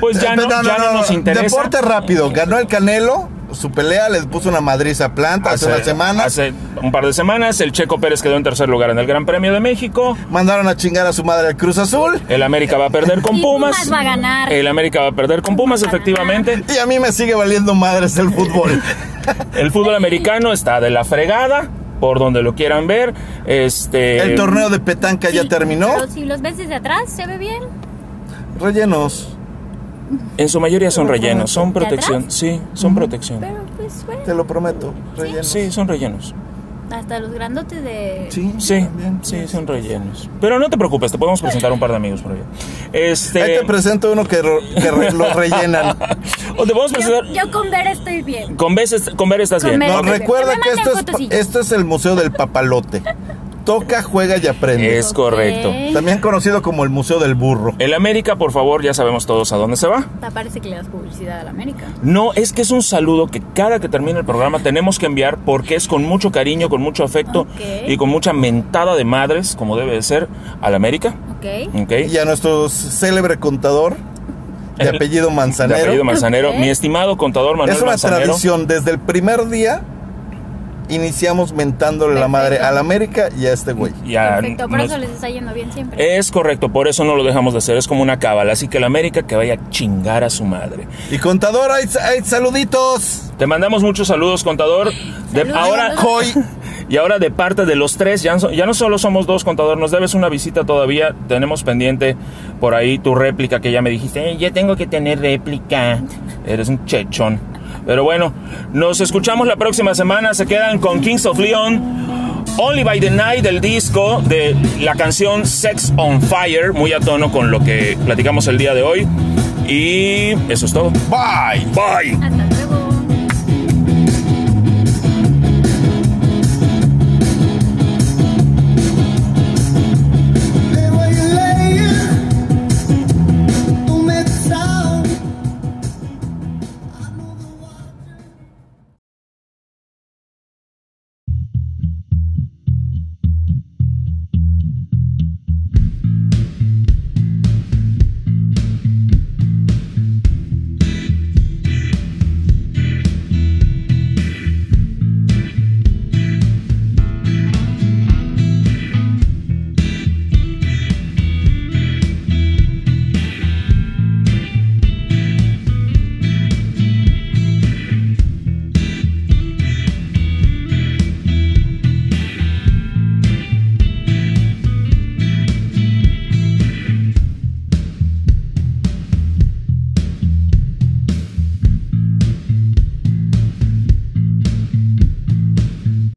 pues Eh, ya no, ya no nos interesa. Deporte rápido. Ganó el Canelo. Su pelea les puso una madriza a planta hace, unas semanas. Hace un par de semanas, el Checo Pérez quedó en tercer lugar en el Gran Premio de México. Mandaron a chingar a su madre al Cruz Azul. El América va a perder con Y Pumas. Pumas va a ganar. El América va a perder con Pumas, Pumas va a efectivamente. Y a mí me sigue valiendo madres el fútbol. El fútbol americano está de la fregada, por donde lo quieran ver. Este, el torneo de petanca ya Sí, terminó. pero si los ves desde atrás, se ve bien. Rellenos. En su mayoría son rellenos, son ¿De protección. atrás? Sí, son protección. Pero pues bueno, Te lo prometo. Rellenos. Sí, son rellenos. hasta los grandotes de... Sí, Sí, también. sí, son rellenos. Pero no te preocupes, te podemos presentar un par de amigos por allá. Ahí Este, te presento uno que, ro- que re- lo rellenan. o te podemos Yo, presentar. yo con ver estoy bien. Con, veces, con ver estás Con bien. ver No, Ok. estoy bien. recuerda me que mandan esto es, fotos y- esto es el Museo del Papalote. Toca, juega y aprende. Es correcto. Ok. También conocido como el Museo del Burro. El América, por favor, ya sabemos todos a dónde se va. Hasta parece que le das publicidad a la América. No, es que es un saludo que cada que termina el programa tenemos que enviar porque es con mucho cariño, con mucho afecto Ok. y con mucha mentada de madres, como debe de ser, al América. Ok. ¿ok? Y a nuestro célebre contador de El- apellido De Manzanero. apellido Manzanero. Ok. Mi estimado contador Manuel es una Manzanero. tradición. Desde el primer día iniciamos mentándole la madre Perfecto. a la América y a este güey. Ya, Perfecto, por nos- eso les está yendo bien siempre. Es correcto, por eso no lo dejamos de hacer. Es como una cábala. Así que el América que vaya a chingar a su madre. Y contador, hay, hay saluditos. Te mandamos muchos saludos, contador. De, Saludos. ahora, Coy. Y ahora de parte de los tres, ya, no- ya no solo somos dos contador, nos debes una visita todavía, tenemos pendiente por ahí tu réplica que ya me dijiste, "Eh, ya tengo que tener réplica, eres un chechón. Pero bueno, nos escuchamos la próxima semana, se quedan con Kings of Leon, Only by the Night del disco de la canción Sex on Fire, muy a tono con lo que platicamos el día de hoy. Y eso es todo. Bye. Bye. Hasta luego.